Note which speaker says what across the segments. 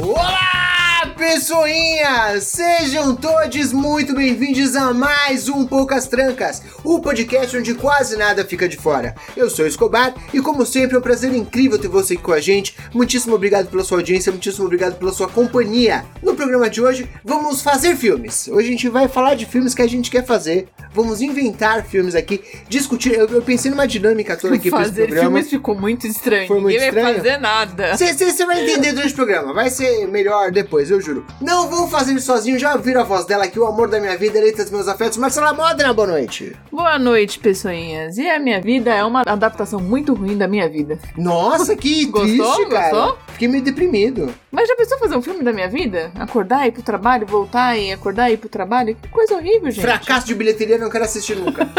Speaker 1: Olá, pessoinhas! Sejam todos muito bem-vindos a mais um Poucas Trancas, o podcast onde quase nada fica de fora. Eu sou o Escobar e, como sempre, é um prazer incrível ter você aqui com a gente. Muitíssimo obrigado pela sua audiência, muitíssimo obrigado pela sua companhia. No programa de hoje, vamos fazer filmes. Hoje a gente vai falar de filmes que a gente quer fazer. Vamos inventar filmes aqui, discutir. Eu, eu pensei numa dinâmica toda aqui para esse
Speaker 2: fazer
Speaker 1: programa.
Speaker 2: filmes ficou muito estranho.
Speaker 1: Foi muito
Speaker 2: Ninguém vai
Speaker 1: estranho.
Speaker 2: fazer nada.
Speaker 1: Você vai entender durante o programa, vai ser melhor depois, eu juro. Não vou fazer isso sozinho, já ouviram a voz dela aqui, o amor da minha vida, eleita dos meus afetos, Marcela Modena, boa noite.
Speaker 2: Boa noite, pessoinhas. E a minha vida é uma adaptação muito ruim da minha vida.
Speaker 1: Nossa, que
Speaker 2: Gostou?
Speaker 1: triste, cara.
Speaker 2: Gostou?
Speaker 1: Fiquei meio deprimido.
Speaker 2: Mas já pensou fazer um filme da minha vida? Acordar, ir pro trabalho, voltar e acordar, ir pro trabalho? Que coisa horrível, gente.
Speaker 1: Fracasso de bilheteria, não quero assistir nunca.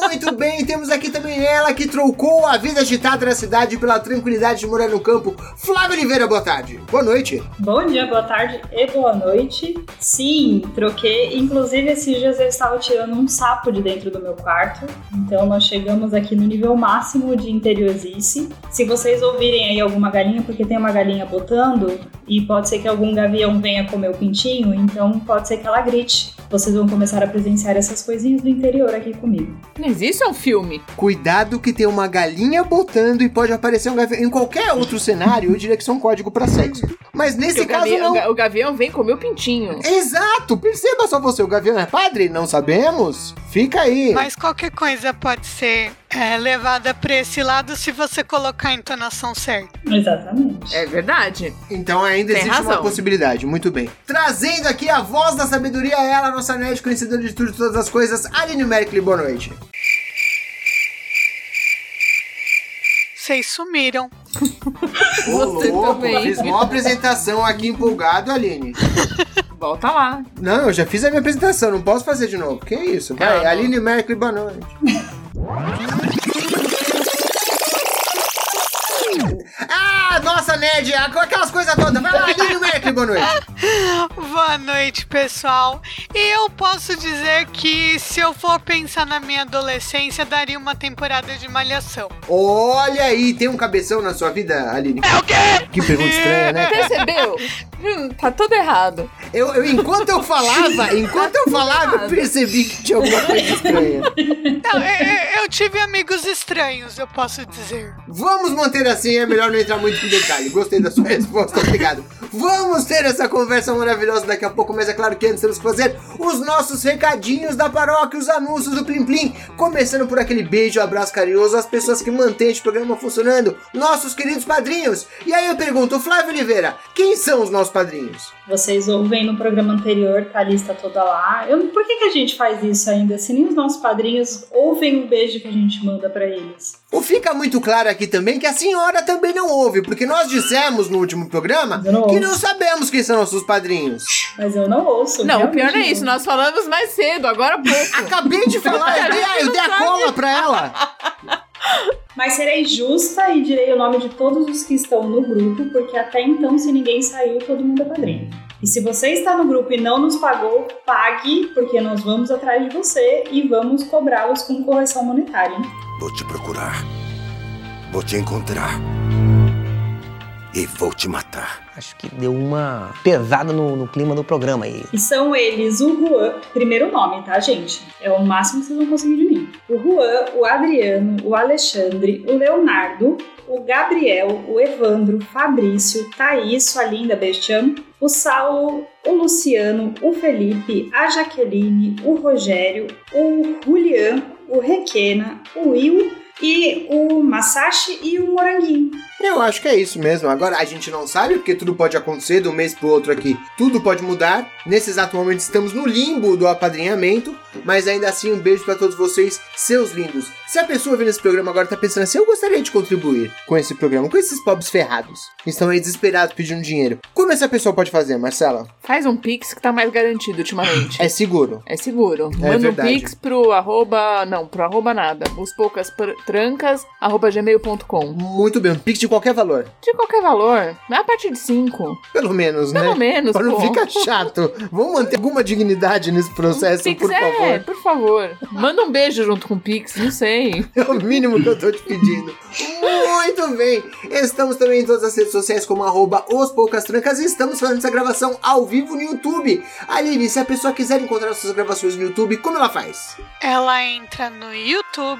Speaker 1: Muito bem, temos aqui também ela que trocou a vida agitada na cidade pela tranquilidade de morar no campo, Flávia Oliveira, boa tarde. Boa noite.
Speaker 3: Bom dia, boa tarde e boa noite. Sim, troquei. Inclusive, esses dias eu estava tirando um sapo de dentro do meu quarto. Então, nós chegamos aqui no nível máximo de interiorzice. Se vocês ouvirem aí alguma galinha, porque tem uma galinha botando, e pode ser que algum gavião venha comer o pintinho, então pode ser que ela grite. Vocês vão começar a presenciar essas coisinhas do interior aqui comigo.
Speaker 2: Mas isso é um filme.
Speaker 1: Cuidado que tem uma galinha botando e pode aparecer um gavião. Em qualquer outro cenário, eu diria que isso é um código pra sexo. Mas nesse
Speaker 2: Porque o,
Speaker 1: caso
Speaker 2: gavi-
Speaker 1: não.
Speaker 2: o ga- o gavião vem comer o pintinho.
Speaker 1: Exato! Perceba só você, o Gavião é padre? Não sabemos? Fica aí.
Speaker 4: Mas qualquer coisa pode ser é, levada para esse lado se você colocar a entonação certa.
Speaker 3: Exatamente.
Speaker 2: É verdade?
Speaker 1: Então ainda
Speaker 2: Tem
Speaker 1: existe uma
Speaker 2: razão.
Speaker 1: possibilidade, muito bem. Trazendo aqui a voz da sabedoria, ela, nossa nerd conhecedora de tudo e todas as coisas, Aline Merkley, boa noite.
Speaker 4: Vocês sumiram.
Speaker 1: Ô,
Speaker 2: Você também.
Speaker 1: fiz uma apresentação aqui empolgado, Aline.
Speaker 2: Volta lá.
Speaker 1: Não, eu já fiz a minha apresentação, não posso fazer de novo. Que isso? Vai,
Speaker 2: Ah, não.
Speaker 1: Aline Merkley, boa noite. ah, nossa, nerd, aquelas coisas todas. Vai lá, Aline Merkley, boa noite.
Speaker 4: Boa noite, pessoal. E eu posso dizer que se eu for pensar na minha adolescência, daria uma temporada de malhação.
Speaker 1: Olha aí, tem um cabeção na sua vida, Aline? É o quê? Que pergunta estranha, né?
Speaker 2: Percebeu? Hum, tá tudo errado.
Speaker 1: Eu, eu- enquanto eu falava, enquanto eu falava, eu percebi que tinha alguma coisa estranha.
Speaker 4: Não, eu- eu, eu tive amigos estranhos, eu posso dizer.
Speaker 1: Vamos manter assim, é melhor não entrar muito em detalhe. Gostei da sua resposta, obrigado. Vamos ter essa conversa maravilhosa daqui a pouco, mas é claro que antes temos que fazer os nossos recadinhos da paróquia, os anúncios do Plim Plim. Começando por aquele beijo, abraço carinhoso às pessoas que mantêm este programa funcionando, nossos queridos padrinhos. E aí eu pergunto, Flávio Oliveira, quem são os nossos padrinhos?
Speaker 3: Vocês ouvem no programa anterior, tá a lista toda lá. Eu- por que, que a gente faz isso ainda? Se nem os nossos padrinhos ouvem o beijo que a gente manda pra eles.
Speaker 1: O fica muito claro aqui também que a senhora também não ouve, porque nós dissemos no último programa
Speaker 3: Eu não
Speaker 1: que
Speaker 3: ouço.
Speaker 1: não sabemos quem são nossos padrinhos.
Speaker 3: Mas eu não ouço.
Speaker 2: Não, o
Speaker 3: realmente
Speaker 2: pior não é isso. Nós falamos mais cedo, agora há pouco.
Speaker 1: Acabei de falar, eu dei, a- eu dei a cola pra ela.
Speaker 3: Mas serei justa e direi o nome de todos os que estão no grupo, porque até então, se ninguém saiu, todo mundo é padrinho. E se você está no grupo e não nos pagou, pague, porque nós vamos atrás de você e vamos cobrá-los com correção monetária.
Speaker 5: Vou te procurar. Vou te encontrar. E vou te matar.
Speaker 6: Acho que deu uma pesada no, no clima do programa aí.
Speaker 3: E são eles o Juan, primeiro nome, tá, gente? É o máximo que vocês vão conseguir de mim. O Juan, o Adriano, o Alexandre, o Leonardo, o Gabriel, o Evandro, Fabrício, Thaís, sua linda bestiam, o Saulo, o Luciano, o Felipe, a Jaqueline, o Rogério, o Julian, o Requena, o Will e o Masashi e o Moranguinho.
Speaker 1: Eu acho que é isso mesmo. Agora a gente não sabe porque tudo pode acontecer de um mês pro outro aqui. Tudo pode mudar. Nesse exato momento estamos no limbo do apadrinhamento, mas ainda assim um beijo pra todos vocês, seus lindos. Se a pessoa vendo esse programa agora tá pensando assim, eu gostaria de contribuir com esse programa, com esses pobres ferrados. Estão aí desesperados pedindo dinheiro. Como essa pessoa pode fazer, Marcela?
Speaker 2: Faz um pix que tá mais garantido ultimamente.
Speaker 1: É seguro.
Speaker 2: É seguro. Manda um
Speaker 1: verdade.
Speaker 2: pix pro arroba. Não, pro arroba nada. Os poucas pr- trancas, arroba gmail.com.
Speaker 1: Muito bem, um pix de qualquer valor.
Speaker 2: De qualquer valor, né, a partir de 5.
Speaker 1: Pelo menos,
Speaker 2: Pelo
Speaker 1: né?
Speaker 2: menos,
Speaker 1: Pra não
Speaker 2: pô.
Speaker 1: ficar chato. Vamos manter alguma dignidade nesse processo,
Speaker 2: Pix
Speaker 1: por
Speaker 2: é,
Speaker 1: favor.
Speaker 2: por favor. Manda um beijo junto com o Pix, não sei.
Speaker 1: É o mínimo que eu tô te pedindo. Muito bem! Estamos também em todas as redes sociais como arroba os Poucas Trancas e estamos fazendo essa gravação ao vivo no YouTube. Aline, se a pessoa quiser encontrar suas gravações no YouTube, como ela faz?
Speaker 4: Ela entra no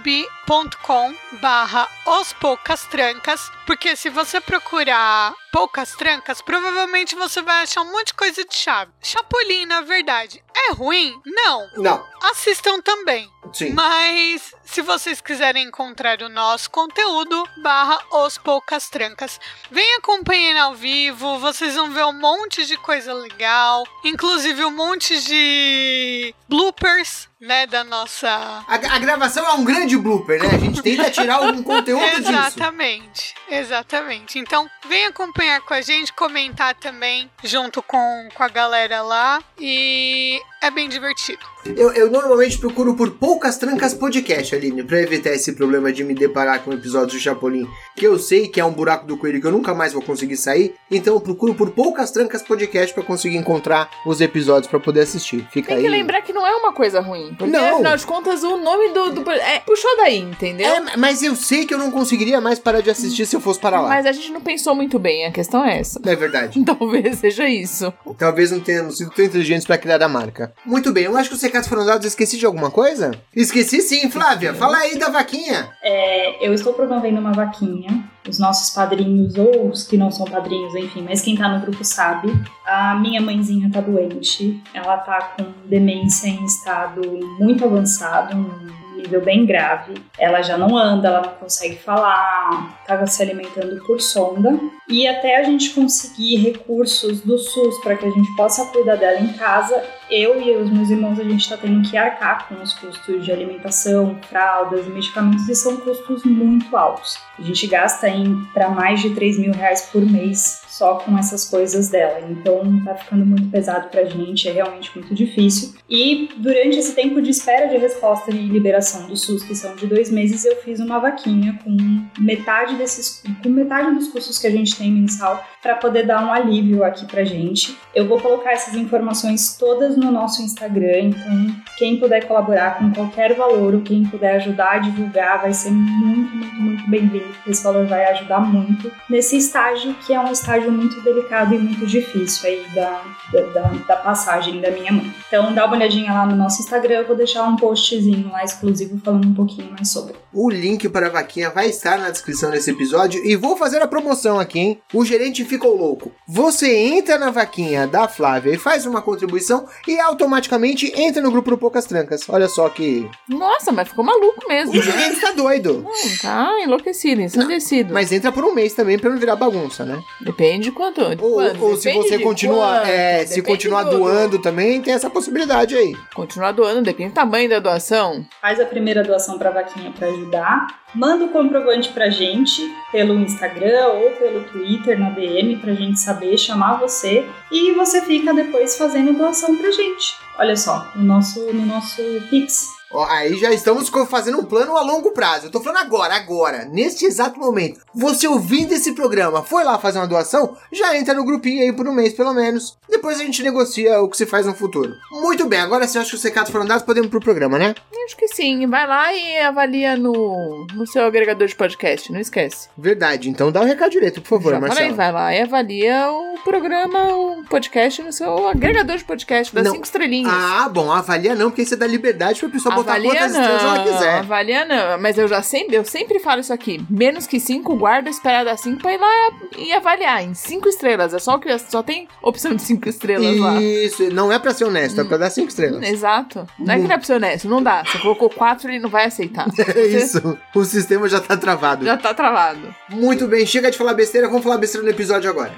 Speaker 4: youtube.com barra os poucas trancas, porque se você procurar poucas trancas, provavelmente você vai achar um monte de coisa de chave. Chapolin, na verdade, é ruim? Não.
Speaker 1: Não,
Speaker 4: Assistam também.
Speaker 1: sim.
Speaker 4: Mas se vocês quiserem encontrar o nosso conteúdo, barra os poucas trancas. Vem acompanhar ao vivo, vocês vão ver um monte de coisa legal, inclusive um monte de bloopers, né, da nossa.
Speaker 1: A, a gravação é um grande blooper, né? A gente tenta tirar algum conteúdo disso.
Speaker 4: Exatamente, exatamente. Então, vem acompanhar com a gente, comentar também junto com, com a galera lá e é bem divertido.
Speaker 1: Eu, eu normalmente procuro por poucas trancas podcast, Aline, pra evitar esse problema de me deparar com episódios do Chapolin, que eu sei que é um buraco do coelho que eu nunca mais vou conseguir sair. Então eu procuro por poucas trancas podcast pra conseguir encontrar os episódios pra poder assistir. Fica
Speaker 2: Tem
Speaker 1: aí.
Speaker 2: que lembrar que não é uma coisa ruim. Porque,
Speaker 1: Não.
Speaker 2: afinal de contas, o nome do. do- é, puxou daí, entendeu?
Speaker 1: É, mas eu sei que eu não conseguiria mais parar de assistir se eu fosse para lá.
Speaker 2: Mas a gente não pensou muito bem, a questão é essa.
Speaker 1: É verdade.
Speaker 2: Talvez seja isso.
Speaker 1: Talvez não tenhamos sido tão inteligentes pra criar a marca. Muito bem, eu acho que os recados foram dados. Esqueci de alguma coisa? Esqueci sim, Flávia. Fala aí da vaquinha.
Speaker 3: É, eu estou promovendo uma vaquinha. Os nossos padrinhos, ou os que não são padrinhos, enfim, mas quem tá no grupo sabe. A minha mãezinha tá doente. Ela tá com demência em estado muito avançado, um nível bem grave. Ela já não anda, ela não consegue falar, tá se alimentando por sonda. E até a gente conseguir recursos do SUS para que a gente possa cuidar dela em casa, eu e os meus irmãos a gente está tendo que arcar com os custos de alimentação, fraldas e medicamentos e são custos muito altos. A gente gasta em para mais de 3 mil reais por mês só com essas coisas dela. Então tá ficando muito pesado pra gente, é realmente muito difícil. E durante esse tempo de espera de resposta e liberação do SUS, que são de dois meses, eu fiz uma vaquinha com metade desses, com metade dos custos que a gente tem mensal para poder dar um alívio aqui pra gente. Eu vou colocar essas informações todas no nosso Instagram, então quem puder colaborar com qualquer valor, ou quem puder ajudar a divulgar, vai ser muito, muito, muito bem-vindo. Esse valor vai ajudar muito nesse estágio que é um estágio muito delicado e muito difícil aí da, da, da- da passagem da minha mãe. Então dá uma olhadinha lá no nosso Instagram, eu vou deixar um postzinho lá exclusivo falando um pouquinho mais sobre.
Speaker 1: O link para a vaquinha vai estar na descrição desse episódio e vou fazer a promoção aqui, hein? O gerente ficou louco. Você entra na vaquinha da Flávia e faz uma contribuição e automaticamente entra no grupo do Poucas Trancas. Olha só que.
Speaker 2: Nossa, mas é ficou maluco mesmo.
Speaker 1: O gerente tá doido.
Speaker 2: Não, tá enlouquecido, ensandecido.
Speaker 1: Mas entra por um mês também pra não virar bagunça, né?
Speaker 2: Depende de quanto. de
Speaker 1: Ou,
Speaker 2: quanto,
Speaker 1: ou se
Speaker 2: depende
Speaker 1: você
Speaker 2: de
Speaker 1: continuar,
Speaker 2: quanto,
Speaker 1: é, se
Speaker 2: depende
Speaker 1: continuar
Speaker 2: do-
Speaker 1: doando também, tem essa possibilidade aí.
Speaker 2: Continuar doando, depende do tamanho da doação.
Speaker 3: faz a primeira doação para vaquinha para ajudar, manda o comprovante pra gente pelo Instagram ou pelo Twitter na DM pra gente saber chamar você e você fica depois fazendo doação pra gente. Olha só, no nosso no nosso Pix.
Speaker 1: Ó, aí já estamos co- fazendo um plano a longo prazo. Eu tô falando agora, agora, neste exato momento. Você ouvindo esse programa, foi lá fazer uma doação, já entra no grupinho aí por um mês pelo menos. Depois a gente negocia o que se faz no futuro. Muito bem, agora se eu acho que os recados foram dados, podemos ir pro programa, né?
Speaker 2: Acho que sim. Vai lá e avalia no, no seu agregador de podcast, não esquece.
Speaker 1: Verdade, então dá o recado direito, por favor,
Speaker 2: Já falei,
Speaker 1: Marcelo.
Speaker 2: vai lá e avalia o programa, o podcast no seu agregador de podcast, das
Speaker 1: Não.
Speaker 2: cinco estrelinhas.
Speaker 1: Ah, bom, avalia não, porque aí você dá liberdade pro pessoal botar quantas estrelas ela quiser.
Speaker 2: Avalia não. Mas eu já sempre, eu sempre falo isso aqui. Menos que cinco, guarda, espera dar cinco pra ir lá e avaliar. Em cinco estrelas. É só o que só tem opção de cinco estrelas lá. Hum,
Speaker 1: Isso, não é pra ser honesto, é pra dar cinco estrelas.
Speaker 2: Exato. Não
Speaker 1: Hum.
Speaker 2: é que não é pra ser honesto, não dá. Você colocou quatro, ele não vai aceitar.
Speaker 1: É isso, o sistema já tá travado.
Speaker 2: Já tá travado.
Speaker 1: Muito bem, chega de falar besteira, vamos falar besteira no episódio agora.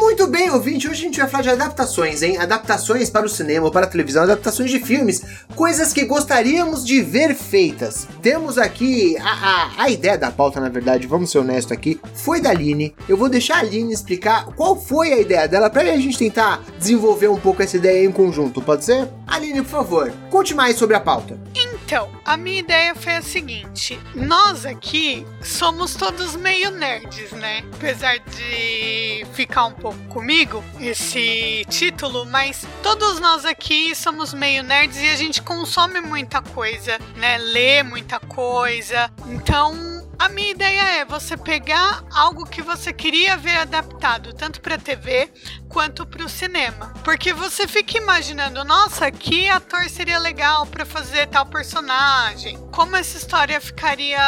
Speaker 1: Muito bem, ouvinte, hoje a gente vai falar de adaptações, hein? Adaptações para o cinema, para a televisão, adaptações de filmes, coisas que gostaríamos de ver feitas. Temos aqui a, a, a ideia da pauta, na verdade, vamos ser honestos aqui, foi da Aline. Eu vou deixar a Aline explicar qual foi a ideia dela para a gente tentar desenvolver um pouco essa ideia em conjunto, pode ser? Aline, por favor, conte mais sobre a pauta.
Speaker 4: Então, a minha ideia foi a seguinte: nós aqui somos todos meio nerds, né? Apesar de ficar um pouco comigo esse título, mas todos nós aqui somos meio nerds e a gente consome muita coisa, né? Lê muita coisa. Então, a minha ideia é você pegar algo que você queria ver adaptado, tanto para TV quanto para o cinema. Porque você fica imaginando, nossa, que ator seria legal para fazer tal personagem? Como essa história ficaria.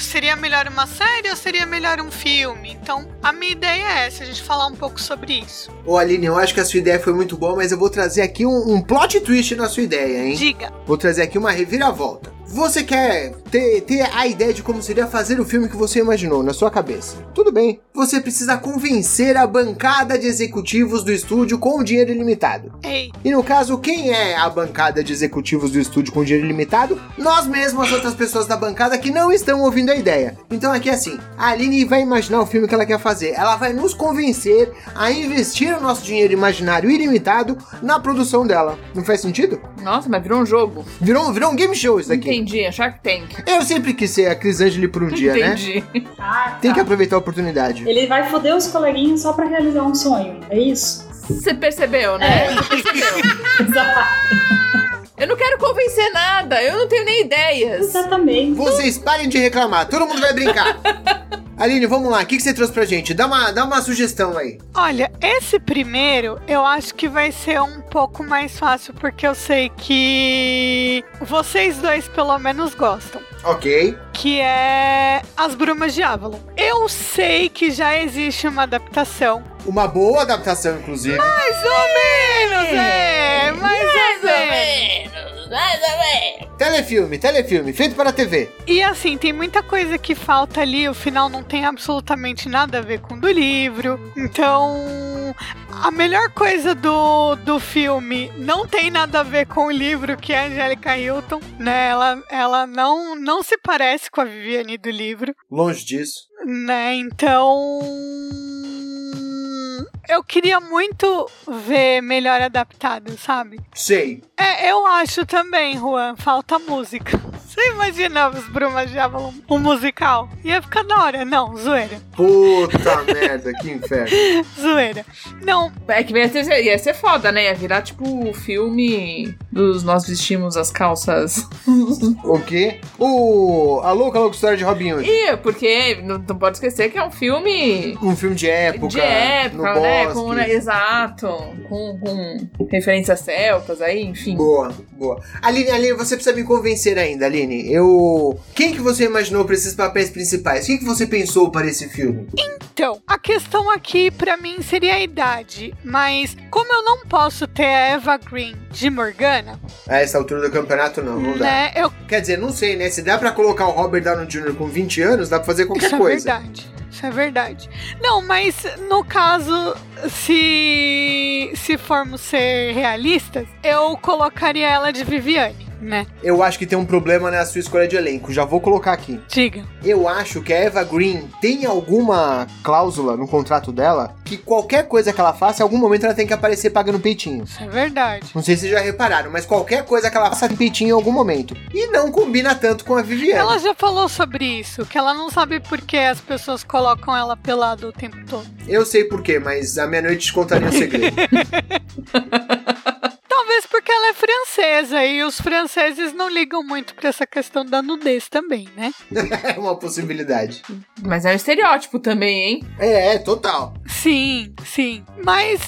Speaker 4: Seria melhor uma série ou seria melhor um filme? Então, a minha ideia é essa, a gente falar um pouco sobre isso.
Speaker 1: Ô Aline, eu acho que a sua ideia foi muito boa, mas eu vou trazer aqui um, um plot twist na sua ideia, hein?
Speaker 4: Diga.
Speaker 1: Vou trazer aqui uma reviravolta. Você quer ter, ter a ideia de como seria fazer o filme que você imaginou na sua cabeça? Tudo bem. Você precisa convencer a bancada de executivos do estúdio com dinheiro ilimitado.
Speaker 4: Ei,
Speaker 1: E no caso, quem é a bancada de executivos do estúdio com dinheiro limitado? Nós mesmos, as outras pessoas da bancada que não estão ouvindo a ideia. Então aqui é assim, a Aline vai imaginar o filme que ela quer fazer. Ela vai nos convencer a investir o nosso dinheiro imaginário ilimitado na produção dela. Não faz sentido?
Speaker 2: Nossa, mas virou um jogo.
Speaker 1: Virou, virou um game show isso daqui.
Speaker 2: Entendi, é Shark Tank.
Speaker 1: Eu sempre quis ser a Crisângeli por um dia, né?
Speaker 2: Entendi.
Speaker 3: Ah, tá.
Speaker 1: Tem que aproveitar a oportunidade.
Speaker 3: Ele vai foder os coleguinhas só pra realizar um sonho, é isso?
Speaker 2: Você percebeu, né? Você percebeu.
Speaker 3: Exato.
Speaker 2: Eu não quero convencer nada, eu não tenho nem ideias.
Speaker 3: Exatamente.
Speaker 1: Vocês parem de reclamar, todo mundo vai brincar. Aline, vamos lá, o que, que você trouxe pra gente? Dá uma, dá uma sugestão aí.
Speaker 4: Olha, esse primeiro eu acho que vai ser um pouco mais fácil, porque eu sei que vocês dois pelo menos gostam.
Speaker 1: Ok.
Speaker 4: que é As Brumas de Avalon. Eu sei que já existe uma adaptação.
Speaker 1: Uma boa adaptação, inclusive.
Speaker 4: Mais ou menos, é! Mais ou menos.
Speaker 2: Tá
Speaker 1: Telefilme, telefilme, feito para a TV.
Speaker 4: E assim, tem muita coisa que falta ali, o final não tem absolutamente nada a ver com o do livro. Então, a melhor coisa do, do filme não tem nada a ver com o livro, que é a Angélica Hilton, né? Ela, ela não, não se parece com a Viviane do livro.
Speaker 1: Longe disso.
Speaker 4: né? Então. Eu queria muito ver melhor adaptado, sabe?
Speaker 1: Sei.
Speaker 4: É, eu acho também, Juan, falta música. Você imagina os Brumas de Avalon, um musical? Ia ficar da hora. Não, zoeira.
Speaker 1: Puta merda, que inferno.
Speaker 4: Zoeira. Não,
Speaker 2: É que ia ser, ia ser foda, né? Ia virar tipo o filme dos Nós Vestimos as Calças.
Speaker 1: O quê? O. A louca, louca história de Robin Hood.
Speaker 2: Ia, porque não, não pode esquecer que é um filme
Speaker 1: Um filme de época.
Speaker 2: de época,
Speaker 1: no
Speaker 2: né?
Speaker 1: bosque.
Speaker 2: Com, né? Exato. Com, com referências celtas aí, enfim.
Speaker 1: Boa, boa. Aline, Aline, você precisa me convencer ainda, Aline. Eu. Quem que você imaginou para esses papéis principais? Quem que você pensou para esse filme?
Speaker 4: Então, a questão aqui pra mim seria a idade, mas como eu não posso ter a Eva Green de Morgana,
Speaker 1: A essa altura do campeonato, não, não dá.
Speaker 4: né? Eu
Speaker 1: Quer dizer, não sei, né? Se dá pra colocar o Robert Downey Jr. com 20 anos, dá pra fazer qualquer coisa.
Speaker 4: é verdade. Isso é verdade. Não, mas no caso, se, se formos ser realistas, eu colocaria ela de Viviane, né?
Speaker 1: Eu acho que tem um problema na sua escolha de elenco, já vou colocar aqui.
Speaker 4: Diga.
Speaker 1: Eu acho que a Eva Green tem alguma cláusula no contrato dela que qualquer coisa que ela faça, em algum momento ela tem que aparecer pagando peitinho.
Speaker 4: Isso é verdade.
Speaker 1: Não sei se vocês já repararam, mas qualquer coisa que ela faça tem peitinho em algum momento. E não combina tanto com a Viviane.
Speaker 4: Ela já falou sobre isso, que ela não sabe por que as pessoas colocam ela pelada o tempo todo.
Speaker 1: um Eu sei porquê, mas à meia-noite te contaria o segredo.
Speaker 4: Talvez por porque ela é francesa e os franceses não ligam muito pra essa questão da nudez também, né?
Speaker 1: É uma possibilidade.
Speaker 2: Mas é um estereótipo também, hein?
Speaker 1: É, é, total.
Speaker 4: Sim, sim. Mas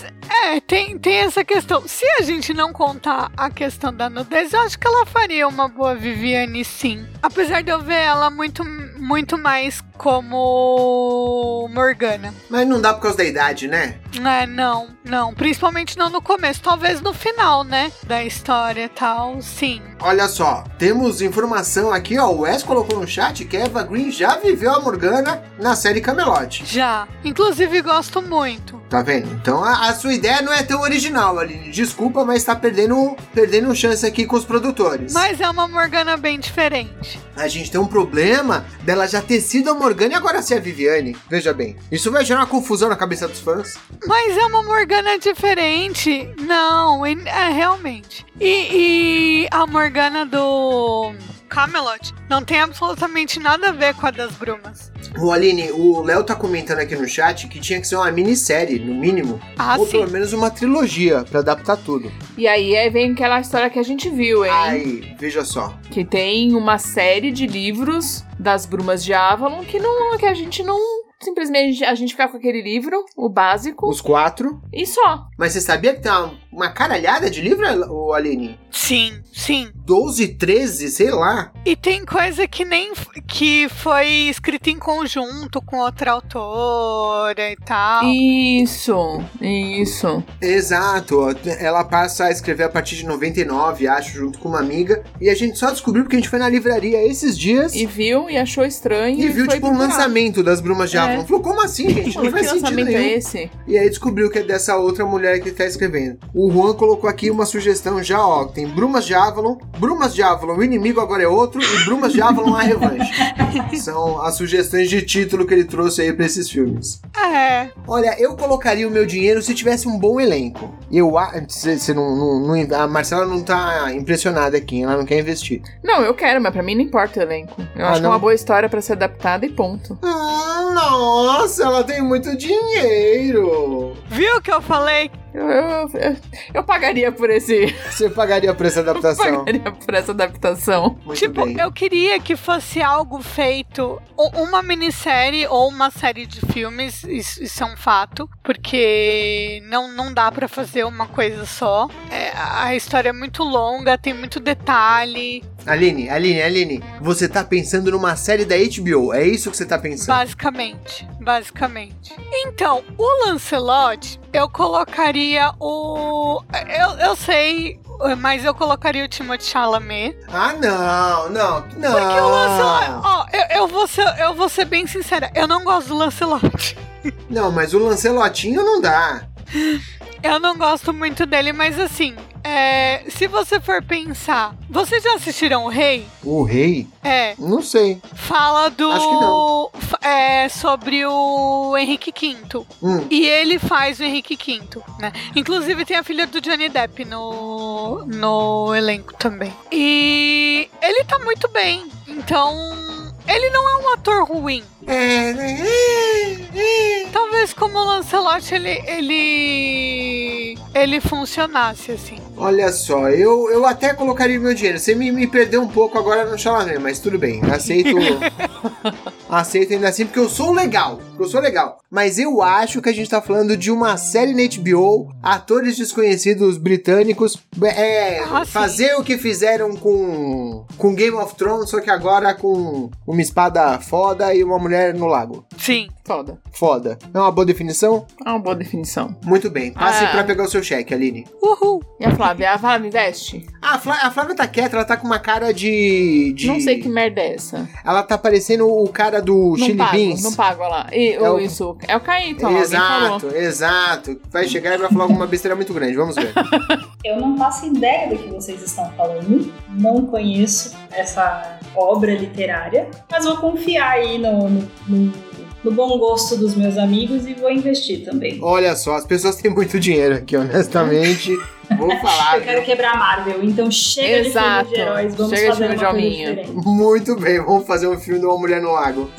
Speaker 4: é, tem, tem essa questão. Se a gente não contar a questão da nudez, eu acho que ela faria uma boa Viviane, sim. Apesar de eu ver ela muito, muito mais como Morgana.
Speaker 1: Mas não dá por causa da idade, né?
Speaker 4: É, não, não. Principalmente não no começo. Talvez no final, né? Da história e tal, sim.
Speaker 1: Olha só, temos informação aqui, ó. O Wes colocou no chat que Eva Green já viveu a Morgana na série Camelot.
Speaker 4: Já. Inclusive, gosto muito.
Speaker 1: Tá vendo? Então a, a sua ideia não é tão original, Aline. Desculpa, mas tá perdendo, perdendo chance aqui com os produtores.
Speaker 4: Mas é uma Morgana bem diferente.
Speaker 1: A gente tem um problema dela já ter sido a Morgana e agora ser a Viviane. Veja bem, isso vai gerar uma confusão na cabeça dos fãs.
Speaker 4: Mas é uma Morgana diferente. Não, e- é realmente. E, e a Morgana do Camelot não tem absolutamente nada a ver com a das brumas.
Speaker 1: O Aline, o Léo tá comentando aqui no chat que tinha que ser uma minissérie, no mínimo.
Speaker 4: Ah,
Speaker 1: ou
Speaker 4: sim.
Speaker 1: pelo menos uma trilogia pra adaptar tudo.
Speaker 2: E aí é- vem aquela história que a gente viu, hein?
Speaker 1: Aí, veja só.
Speaker 2: Que tem uma série de livros das Brumas de Avalon que não que a gente não simplesmente a gente ficar com aquele livro, o básico,
Speaker 1: Os quatro.
Speaker 2: e só.
Speaker 1: Mas você sabia que tem uma, uma caralhada de livro, o Aline?
Speaker 4: Sim, sim.
Speaker 1: 12, 13, sei lá.
Speaker 4: E tem coisa que nem f- que foi escrita em conjunto com outra autora e
Speaker 1: Ah.
Speaker 4: tal.
Speaker 2: Isso, isso.
Speaker 1: Exato. ó, Ela passa a escrever a partir de 99, acho, junto com uma amiga. E a gente só descobriu porque a gente foi na livraria esses dias
Speaker 2: E
Speaker 1: e,
Speaker 2: viu e achou estranho. E,
Speaker 1: viu,
Speaker 2: foi
Speaker 1: tipo, um
Speaker 2: procurar.
Speaker 1: lançamento das Brumas de
Speaker 2: É.
Speaker 1: Avalon. Falou, como assim, gente? Não
Speaker 2: Mano, que
Speaker 1: faz sentido
Speaker 2: lançamento
Speaker 1: nenhum.
Speaker 2: é esse?
Speaker 1: E aí descobriu que é dessa outra mulher que tá escrevendo. O Juan colocou aqui uma sugestão já, ó. que Tem Brumas de Avalon, Brumas de Avalon, o inimigo agora é outro, e Brumas de Avalon, a revanche. São as sugestões de título que ele trouxe aí pra esses filmes.
Speaker 4: É.
Speaker 1: Olha, eu colocaria o meu dinheiro se tivesse um bom elenco. Eu a- cê- cê não, não- não- A Marcela não tá impressionada aqui, ela não quer investir.
Speaker 2: Não, eu quero, mas pra mim não importa o elenco. Eu
Speaker 1: Ah,
Speaker 2: acho que é
Speaker 1: não?
Speaker 2: uma boa história pra ser adaptada e ponto.
Speaker 1: Hum, nossa, ela tem muito dinheiro.
Speaker 4: Viu o que eu falei?
Speaker 2: Eu, eu, eu- eu pagaria por esse.
Speaker 1: Você pagaria por essa adaptação?
Speaker 2: Pagaria por essa adaptação.
Speaker 1: Muito
Speaker 4: tipo,
Speaker 1: bem.
Speaker 4: eu queria que fosse algo feito, ou uma minissérie ou uma série de filmes, isso, isso é um fato, porque não, não dá pra fazer uma coisa só. É, a história é muito longa, tem muito detalhe,
Speaker 1: Aline, Aline, Aline, você tá pensando numa série da HBO, é isso que você tá pensando?
Speaker 4: basicamente, basicamente. Então, o Lancelot, eu colocaria o... Eu, eu sei, mas eu colocaria o Timothée Chalamet.
Speaker 1: Ah, não, não, não.
Speaker 4: Porque o Lancelot. Ó, eu, eu vou ser, eu vou ser bem sincera, eu não gosto do Lancelot.
Speaker 1: Não, mas o Lancelotinho não dá.
Speaker 4: Eu não gosto muito dele, mas assim, é, se você for pensar. Vocês já assistiram O Rei?
Speaker 1: O rei?
Speaker 4: É.
Speaker 1: Não sei.
Speaker 4: Fala do.
Speaker 1: Acho que não.
Speaker 4: f- É, sobre o Henrique V.
Speaker 1: Hum,
Speaker 4: E ele faz o Henrique V, né? Inclusive tem a filha do Johnny Depp no, no elenco também. E ele tá muito bem. Então. Ele não é um ator ruim.
Speaker 1: É, né, é, é.
Speaker 4: Talvez como o Lancelot ele, ele. ele funcionasse, assim.
Speaker 1: Olha só, eu, eu até colocaria meu dinheiro. Você me, me perdeu um pouco agora no Chalamet, mas tudo bem. Aceito. aceito ainda assim, porque eu sou legal. porque Eu sou legal. Mas eu acho que a gente tá falando de uma série na HBO, atores desconhecidos britânicos. É,
Speaker 4: Ah, sim.
Speaker 1: fazer o que fizeram com, com Game of Thrones, só que agora com uma espada foda e uma mulher no lago.
Speaker 4: Sim.
Speaker 2: Foda.
Speaker 1: Foda. É uma boa definição?
Speaker 2: É uma boa definição.
Speaker 1: Muito bem. Passe
Speaker 4: É.
Speaker 2: Ah.
Speaker 1: pra pegar o seu cheque, Aline.
Speaker 4: Uhul.
Speaker 2: E a Flávia? A Flávia investe?
Speaker 1: A, Flá- a Flávia tá quieta, ela tá com uma cara de. de-
Speaker 2: Não sei que merda é essa.
Speaker 1: Ela tá parecendo o cara do
Speaker 2: não
Speaker 1: Chili
Speaker 2: pago,
Speaker 1: Beans.
Speaker 2: não pago, olha lá. E,
Speaker 1: É o-
Speaker 2: ou isso. É o Caíto, ó, alguém falou.
Speaker 1: Exato, exato. Vai chegar e vai falar alguma besteira muito grande, vamos ver.
Speaker 3: Eu não faço ideia do que vocês estão falando, não conheço essa obra literária, mas vou confiar aí no, no- no- no bom gosto dos meus amigos e vou investir também.
Speaker 1: Olha só, as pessoas têm muito dinheiro aqui, honestamente. Vou falar.
Speaker 3: Eu quero quebrar a Marvel, então chega
Speaker 2: Exato.
Speaker 3: de filme de heróis, vamos
Speaker 2: Chega de
Speaker 3: fazer
Speaker 2: filme de
Speaker 3: uma coisa
Speaker 2: hominho.
Speaker 3: diferente.
Speaker 1: Muito bem, vamos fazer um filme de uma mulher no lago.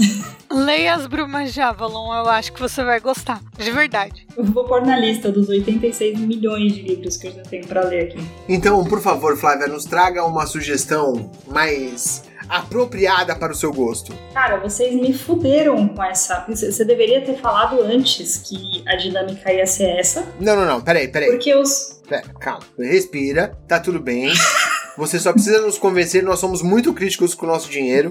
Speaker 4: Leia as Brumas de Avalon, eu acho que você vai gostar. De verdade.
Speaker 3: Eu vou pôr na lista dos 86 milhões de livros que eu já tenho pra ler aqui.
Speaker 1: Então, por favor, Flávia, nos traga uma sugestão mais apropriada para o seu gosto.
Speaker 3: Cara, vocês me fuderam com essa. Você você deveria ter falado antes que a dinâmica ia ser essa.
Speaker 1: Não, não, não, peraí, peraí.
Speaker 3: Porque os.
Speaker 1: Pera, calma. Respira, tá tudo bem. Você só precisa nos convencer, nós somos muito críticos com o nosso dinheiro.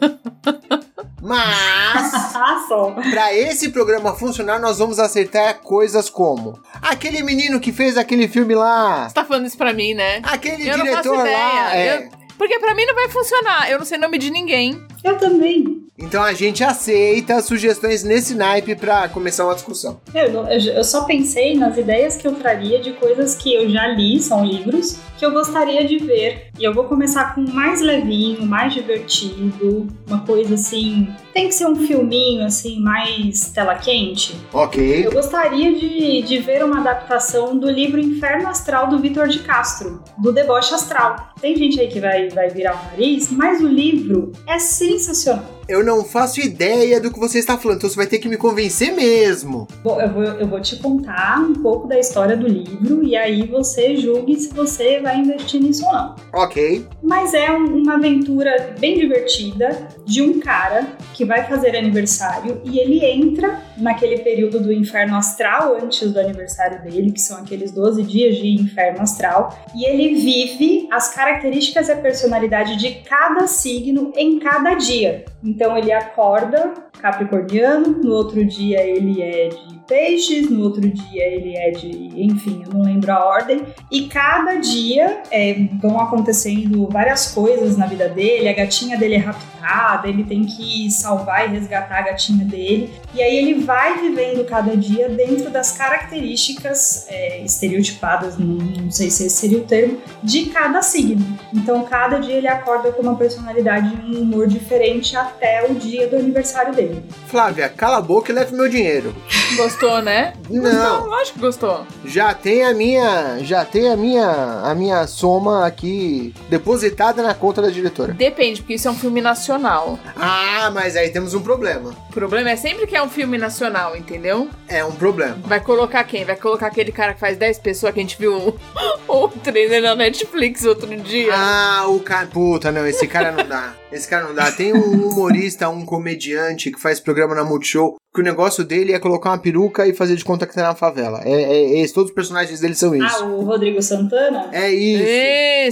Speaker 1: Mas,
Speaker 3: Ah, só.
Speaker 1: para esse programa funcionar, nós vamos acertar coisas como: aquele menino que fez aquele filme lá,
Speaker 2: Você tá falando isso pra mim, né?
Speaker 1: aquele
Speaker 2: Eu não faço
Speaker 1: diretor lá.
Speaker 2: ideia.
Speaker 1: é.
Speaker 2: Porque pra mim não vai funcionar. Eu não sei nome de ninguém.
Speaker 3: Eu também.
Speaker 1: Então a gente aceita sugestões nesse naipe pra começar uma discussão.
Speaker 3: Eu, não- eu- eu só pensei nas ideias que eu traria de coisas que eu já li, são livros, que eu gostaria de ver. E eu vou começar com o mais levinho, mais divertido, uma coisa assim. Tem que ser um filminho, assim, mais tela quente.
Speaker 1: Ok.
Speaker 3: Eu gostaria de, de ver uma adaptação do livro Inferno Astral do Vitor de Castro, do Deboche Astral. Tem gente aí que vai, vai virar o nariz, mas o livro é sensacional.
Speaker 1: Eu não faço ideia do que você está falando, então você vai ter que me convencer mesmo.
Speaker 3: Bom, eu vou, eu vou te contar um pouco da história do livro e aí você julgue se você vai investir nisso ou não.
Speaker 1: Ok.
Speaker 3: Mas é um- uma aventura bem divertida de um cara que vai fazer aniversário e ele entra naquele período do inferno astral antes do aniversário dele, que são aqueles 12 dias de inferno astral, e ele vive as características e a personalidade de cada signo em cada dia. Então ele acorda capricorniano, no outro dia ele é de peixes, no outro dia ele é de, enfim, eu não lembro a ordem, e cada dia é, vão acontecendo várias coisas na vida dele. A gatinha dele é raptada, ele tem que salvar e resgatar a gatinha dele. E aí ele vai vivendo cada dia dentro das características é, estereotipadas, não, não sei se esse seria o termo, de cada signo. Então cada dia ele acorda com uma personalidade e um humor diferente até o dia do aniversário dele.
Speaker 1: Flávia, cala a boca e leve meu dinheiro.
Speaker 2: Gostou, né? Gostou,
Speaker 1: Não,
Speaker 2: lógico que gostou.
Speaker 1: já tem a minha, já tem a minha, a minha soma aqui depositada na conta da diretora.
Speaker 2: Depende, porque isso é um filme nacional.
Speaker 1: Ah, mas aí temos um problema.
Speaker 2: O problema é sempre que é um filme nacional, entendeu?
Speaker 1: É um problema.
Speaker 2: Vai colocar quem? Vai colocar aquele cara que faz 10 pessoas que a gente viu o trailer na Netflix outro dia.
Speaker 1: Ah, o cara. Puta, não, esse cara não dá. Esse cara não dá. Tem um humorista, um comediante que faz programa na Multishow, que o negócio dele é colocar uma peruca e fazer de conta que tá na favela. É, é- é isso, todos os personagens dele são
Speaker 3: Ah,
Speaker 1: isso.
Speaker 3: o Rodrigo Santana?
Speaker 1: É isso.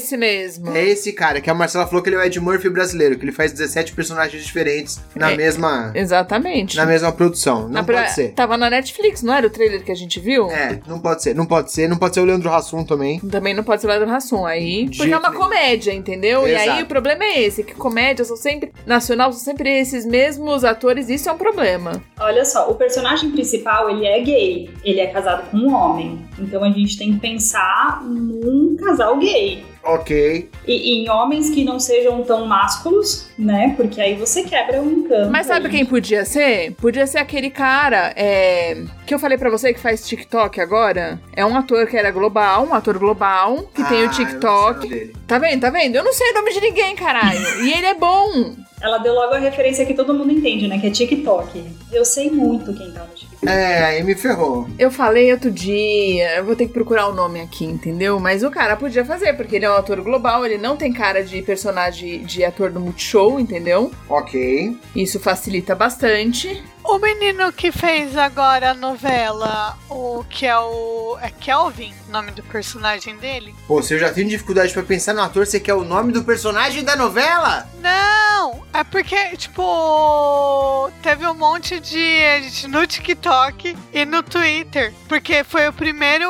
Speaker 2: Esse mesmo.
Speaker 1: É esse cara, que a Marcela falou que ele é o Ed Murphy brasileiro, que ele faz 17 personagens diferentes na
Speaker 2: É.
Speaker 1: mesma
Speaker 2: Exatamente.
Speaker 1: na mesma produção.
Speaker 2: Na Tá
Speaker 1: Não
Speaker 2: pra-
Speaker 1: pode ser.
Speaker 2: Tava na Netflix, não era o trailer que a gente viu?
Speaker 1: É, não pode ser, não pode ser, não pode ser o Leandro Hassum também.
Speaker 2: Também não pode ser o Leandro Hassum. Aí.
Speaker 1: De
Speaker 2: Porque é uma
Speaker 1: jeito nenhum.
Speaker 2: comédia, entendeu? E aí
Speaker 1: Exato.
Speaker 2: o problema é esse: que comédia são sempre. Nacional são sempre esses mesmos atores, isso é um problema.
Speaker 3: Olha só, o personagem principal, ele é gay, ele é casado com um homem. Então a gente tem que pensar num casal gay.
Speaker 1: Ok.
Speaker 3: E, e em homens que não sejam tão másculos, né? Porque aí você quebra um campo.
Speaker 2: Mas sabe quem podia ser? Podia ser aquele cara é, que eu falei pra você que faz TikTok agora. É um ator que era global, um ator global, que tem
Speaker 1: Ah, eu
Speaker 2: o
Speaker 1: não sei
Speaker 2: TikTok.
Speaker 1: nome dele.
Speaker 2: Tá vendo, tá vendo? Eu não sei o nome de ninguém, caralho. e ele é bom.
Speaker 3: Ela deu logo a referência que todo mundo entende, né? Que é TikTok. Eu sei muito quem tá no TikTok.
Speaker 1: É, aí me ferrou.
Speaker 2: Eu falei outro dia, eu vou ter que procurar o nome aqui, entendeu? Mas o cara podia fazer, porque ele é um ator global, ele não tem cara de personagem de ator do Multishow, entendeu?
Speaker 1: Ok.
Speaker 2: Isso facilita bastante.
Speaker 4: O menino que fez agora a novela, o que é o. É Kelvin, o nome do personagem dele?
Speaker 1: Pô, se eu já tenho dificuldade pra pensar no ator, você quer o nome do personagem da novela?
Speaker 4: Não! É porque, tipo, teve um monte de edit no TikTok e no Twitter. Porque foi o primeiro.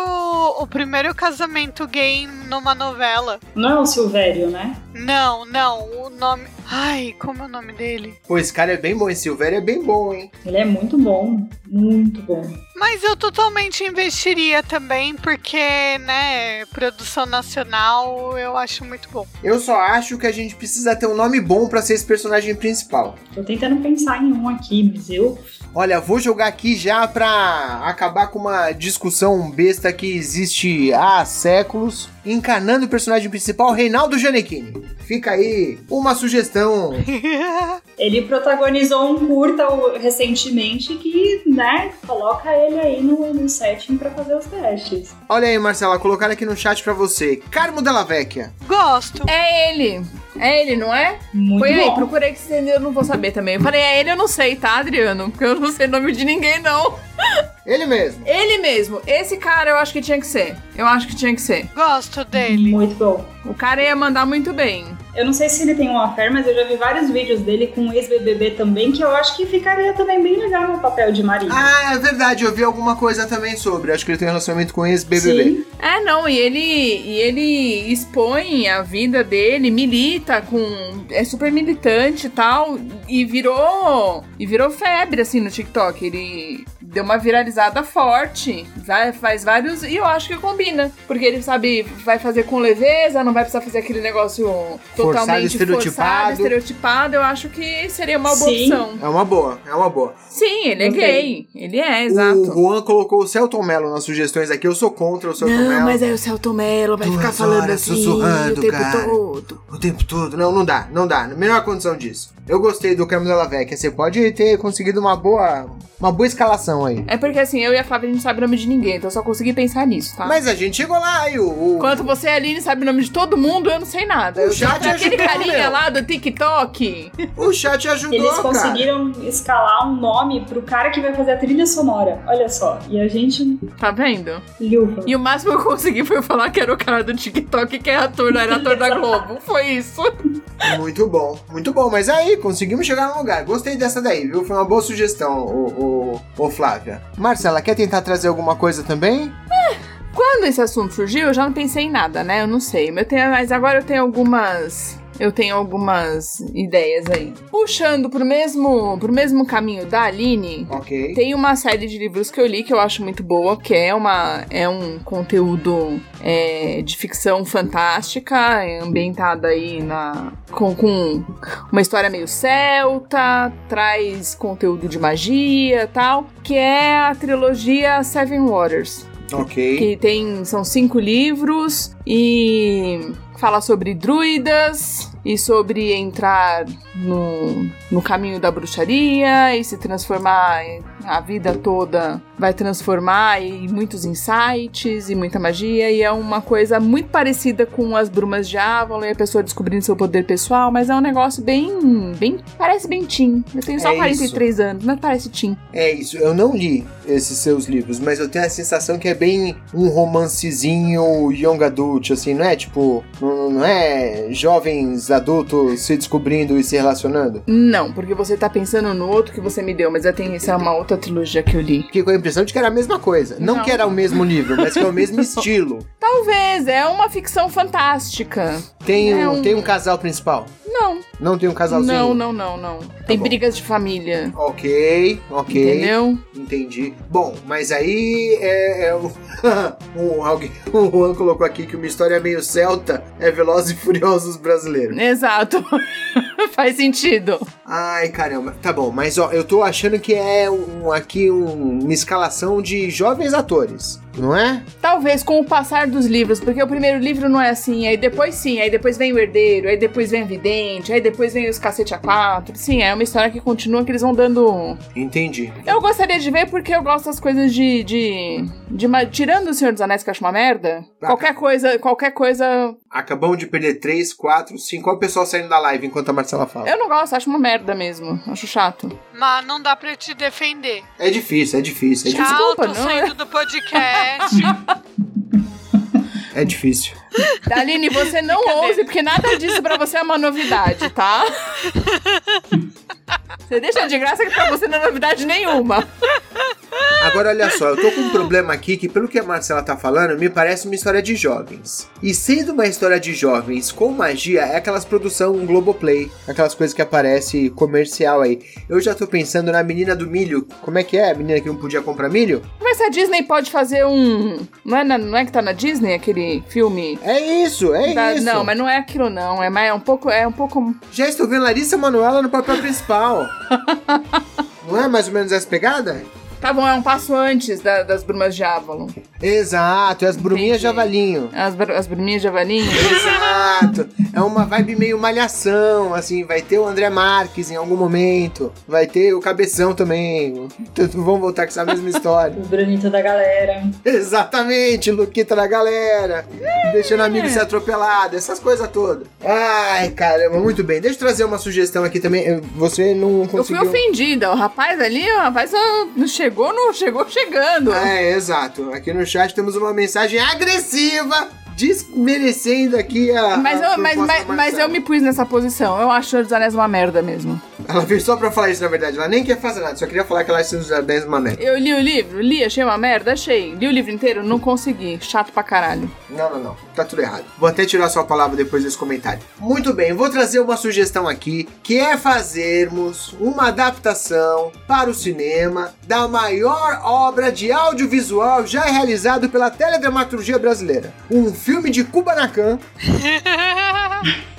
Speaker 4: o primeiro casamento gay numa novela.
Speaker 3: Não é o Silvério, né?
Speaker 4: Não, não, o nome. Ai, como é o nome dele?
Speaker 1: Pô, esse cara é bem bom, esse Silvério é bem bom, hein?
Speaker 3: Ele é muito bom. Muito bom.
Speaker 4: Mas eu totalmente investiria também, porque, né, produção nacional eu acho muito bom.
Speaker 1: Eu só acho que a gente precisa ter um nome bom pra ser esse personagem principal.
Speaker 3: Tô tentando pensar em um aqui, mas eu
Speaker 1: Olha, vou jogar aqui já pra acabar com uma discussão besta que existe há séculos, encarnando o personagem principal, Reinaldo Giannettini. Fica aí uma sugestão.
Speaker 3: Ele protagonizou um curta o- recentemente que, né, coloca ele aí no, no setting pra fazer os testes.
Speaker 1: Olha aí, Marcela, colocaram aqui no chat pra você. Carmo Della Vecchia.
Speaker 4: Gosto.
Speaker 2: É ele. É ele, não é?
Speaker 3: Muito
Speaker 2: Põe aí,
Speaker 3: bom.
Speaker 2: procurei que você eu não vou saber também. Eu falei, é ele, eu não sei, tá, Adriano? Porque eu não sei o nome de ninguém, não.
Speaker 1: Ele mesmo.
Speaker 2: Ele mesmo. Esse cara eu acho que tinha que ser. Eu acho que tinha que ser.
Speaker 4: Gosto dele.
Speaker 3: Muito bom.
Speaker 2: O cara ia mandar muito bem.
Speaker 3: Eu não sei se ele tem um affair, mas eu já vi vários vídeos dele com um ex-BBB também, que eu acho que ficaria também bem legal no papel de marido.
Speaker 1: Ah, é verdade, eu vi alguma coisa também sobre. Acho que ele tem um relacionamento com esse BBB.
Speaker 3: Sim.
Speaker 2: É, não, e ele, e ele expõe a vida dele, milita com. é super militante e tal, e virou. e virou febre, assim, no TikTok. Ele deu uma viralizada forte, vai, faz vários. e eu acho que combina, porque ele sabe, vai fazer com leveza, não vai precisar fazer aquele negócio totalmente
Speaker 1: estereotipado.
Speaker 2: forçado, estereotipado. Eu acho que seria uma boa
Speaker 3: Sim.
Speaker 2: opção.
Speaker 1: É uma boa, é uma boa.
Speaker 2: Sim, ele é
Speaker 3: Gostei.
Speaker 2: gay. Ele é, exato.
Speaker 1: O Juan colocou o Celton Mello nas sugestões aqui. Eu sou contra o Celton Mello.
Speaker 2: Não, mas aí o Celto Melo vai
Speaker 1: Duas
Speaker 2: ficar falando
Speaker 1: horas
Speaker 2: assim
Speaker 1: sussurrando,
Speaker 2: o tempo
Speaker 1: cara.
Speaker 2: todo.
Speaker 1: O tempo todo. Não, não dá, não dá. Na melhor condição disso. Eu gostei do Carmo Della Vecchia. Você pode ter conseguido uma boa, uma boa escalação aí.
Speaker 2: É porque assim, eu e a Flávia a gente não sabe o nome de ninguém, então eu só consegui pensar nisso, tá?
Speaker 1: Mas a gente chegou lá e o... o-
Speaker 2: Enquanto você, Aline, sabe o nome de todo mundo, eu não sei nada.
Speaker 1: O
Speaker 2: Eu
Speaker 1: chat
Speaker 2: sei aquele
Speaker 1: ajudou,
Speaker 2: carinha
Speaker 1: meu.
Speaker 2: lá do TikTok.
Speaker 1: O chat ajudou,
Speaker 3: Eles
Speaker 1: Tá cara.
Speaker 3: conseguiram escalar um nome pro cara que vai fazer a trilha sonora. Olha só. E a gente.
Speaker 2: Tá vendo?
Speaker 3: Luva.
Speaker 2: E o máximo que eu consegui foi falar que era o cara do TikTok que é ator, não era ator da Globo. Foi isso.
Speaker 1: Muito bom, muito bom. Mas aí, conseguimos chegar no lugar. Gostei dessa daí, viu? Foi uma boa sugestão, o, o, o Flávia. Marcela, quer tentar trazer alguma coisa também?
Speaker 2: Quando esse assunto surgiu, eu já não pensei em nada, né? Eu não sei. Eu tenho- mas agora eu tenho algumas. Eu tenho algumas ideias aí. Puxando pro mesmo, pro mesmo caminho da Aline,
Speaker 1: Ok.
Speaker 2: Tem uma série de livros que eu li que eu acho muito boa, que é, uma, é um conteúdo é, de ficção fantástica, é ambientada aí na, com, com uma história meio celta, traz conteúdo de magia tal, que é a trilogia Seven Waters
Speaker 1: Ok.
Speaker 2: que tem são cinco livros e fala sobre druidas e sobre entrar no, no caminho da bruxaria e se transformar e a vida toda vai transformar e muitos insights e muita magia e é uma coisa muito parecida com as brumas de Avalon e a pessoa descobrindo seu poder pessoal mas é um negócio bem bem parece bem teen eu tenho só
Speaker 1: É isso.
Speaker 2: 43 anos mas parece teen
Speaker 1: É isso. Eu não li esses seus livros, mas eu tenho a sensação que é bem um romancezinho young adult, assim, não é? Tipo, não não é jovens adultos se descobrindo e se relacionando?
Speaker 2: Não, porque você tá pensando no outro que você me deu, mas eu tenho essa é uma outra trilogia que eu li.
Speaker 1: Fiquei com a impressão de que era a mesma coisa. Não,
Speaker 2: Não.
Speaker 1: que era o mesmo livro, mas que é o mesmo estilo.
Speaker 2: Talvez, é uma ficção fantástica.
Speaker 1: Tem um,
Speaker 2: Não.
Speaker 1: tem um casal principal?
Speaker 2: Não,
Speaker 1: Não tem um casalzinho?
Speaker 2: É
Speaker 1: Tá
Speaker 2: não, não, não, não. Tem
Speaker 1: bom.
Speaker 2: brigas de família.
Speaker 1: Ok, ok.
Speaker 2: Entendeu?
Speaker 1: Entendi. Bom, mas aí é, é o, um, alguém, o Juan colocou aqui que uma história meio celta é Velozes e Furiosos brasileiro.
Speaker 2: Exato. Faz sentido.
Speaker 1: Ai, caramba. Tá bom, mas ó, eu tô achando que é um, aqui um- uma escalação de jovens atores, não é?
Speaker 2: Talvez com o passar dos livros, porque o primeiro livro não é assim, aí depois sim, aí depois vem o herdeiro, aí depois vem a vidente, aí depois vem os cacete a quatro. Sim, é uma história que continua, que eles vão dando
Speaker 1: Entendi.
Speaker 2: Eu gostaria de ver porque eu gosto das coisas de. de, de ma- tirando o Senhor dos Anéis, que eu acho uma merda.
Speaker 1: Ah.
Speaker 2: Qualquer coisa, qualquer coisa.
Speaker 1: Acabamos de perder 3, 4, 5. Olha o pessoal saindo da live enquanto a Marcela fala.
Speaker 2: Eu não gosto, acho uma merda mesmo. Acho chato.
Speaker 4: Mas não dá pra te defender.
Speaker 1: É difícil, é difícil, é
Speaker 2: Já.
Speaker 1: difícil.
Speaker 4: Tchau,
Speaker 2: Desculpa,
Speaker 4: tô
Speaker 2: não,
Speaker 4: saindo do podcast.
Speaker 1: É difícil.
Speaker 2: Aline, você não ouse, porque nada disso pra você é uma novidade, tá? Você deixa de graça que pra você não é novidade nenhuma.
Speaker 1: Agora, olha só, eu tô com um problema aqui que, pelo que a Marcela tá falando, me parece uma história de jovens. E sendo uma história de jovens com magia, é aquelas produção Globoplay, aquelas coisas que aparece comercial aí. Eu já tô pensando na menina do milho. Como é que é? A menina que não podia comprar milho?
Speaker 2: Mas se a Disney pode fazer um. Não é, na- não é que tá na Disney aquele filme?
Speaker 1: É isso, é
Speaker 2: Da-
Speaker 1: isso.
Speaker 2: Não, mas não é aquilo, não. É, mais- é um pouco. É um pouco
Speaker 1: Já estou vendo Larissa Manoela no papel principal. Não é mais ou menos essa pegada?
Speaker 2: Tá bom, é um passo antes da- das brumas de Avalon.
Speaker 1: Exato, é as bruminhas
Speaker 2: Entendi.
Speaker 1: javalinho.
Speaker 2: As, br- as bruminhas de Avalinho.
Speaker 1: Exato. É uma vibe meio malhação, assim, vai ter o André Marques em algum momento, vai ter o Cabeção também. Tudo vão voltar com essa mesma história.
Speaker 3: O Brunito da galera.
Speaker 1: Exatamente, Luquita na galera, deixando amigo ser atropelado, essas coisas todas. Ai, caramba, muito bem. Deixa eu trazer uma sugestão aqui também. Eu- Você não
Speaker 2: Eu fui
Speaker 1: conseguiu.
Speaker 2: ofendida. O rapaz ali, o rapaz ah, não chegou, não chegou chegando.
Speaker 1: É, exato. Aqui no chat temos uma mensagem agressiva, desmerecendo aqui a.
Speaker 2: Mas
Speaker 1: a
Speaker 2: eu, mas,
Speaker 1: proposta
Speaker 2: mas,
Speaker 1: da
Speaker 2: mas eu
Speaker 1: Marcela.
Speaker 2: me pus nessa posição. Eu acho os anéis uma merda mesmo.
Speaker 1: Ela veio só pra falar isso, na verdade. Ela nem quer fazer nada, só queria falar que ela é dos Anéis uma merda.
Speaker 2: Eu li o livro, li, achei uma merda, achei. Li o livro inteiro, não consegui. Chato pra caralho.
Speaker 1: Não, não, não. Tá tudo errado. Vou até tirar sua palavra depois desse comentário. Muito bem, vou trazer uma sugestão aqui, que é fazermos uma adaptação para o cinema da maior obra de audiovisual já realizado pela teledramaturgia brasileira. Um filme de Kubanacan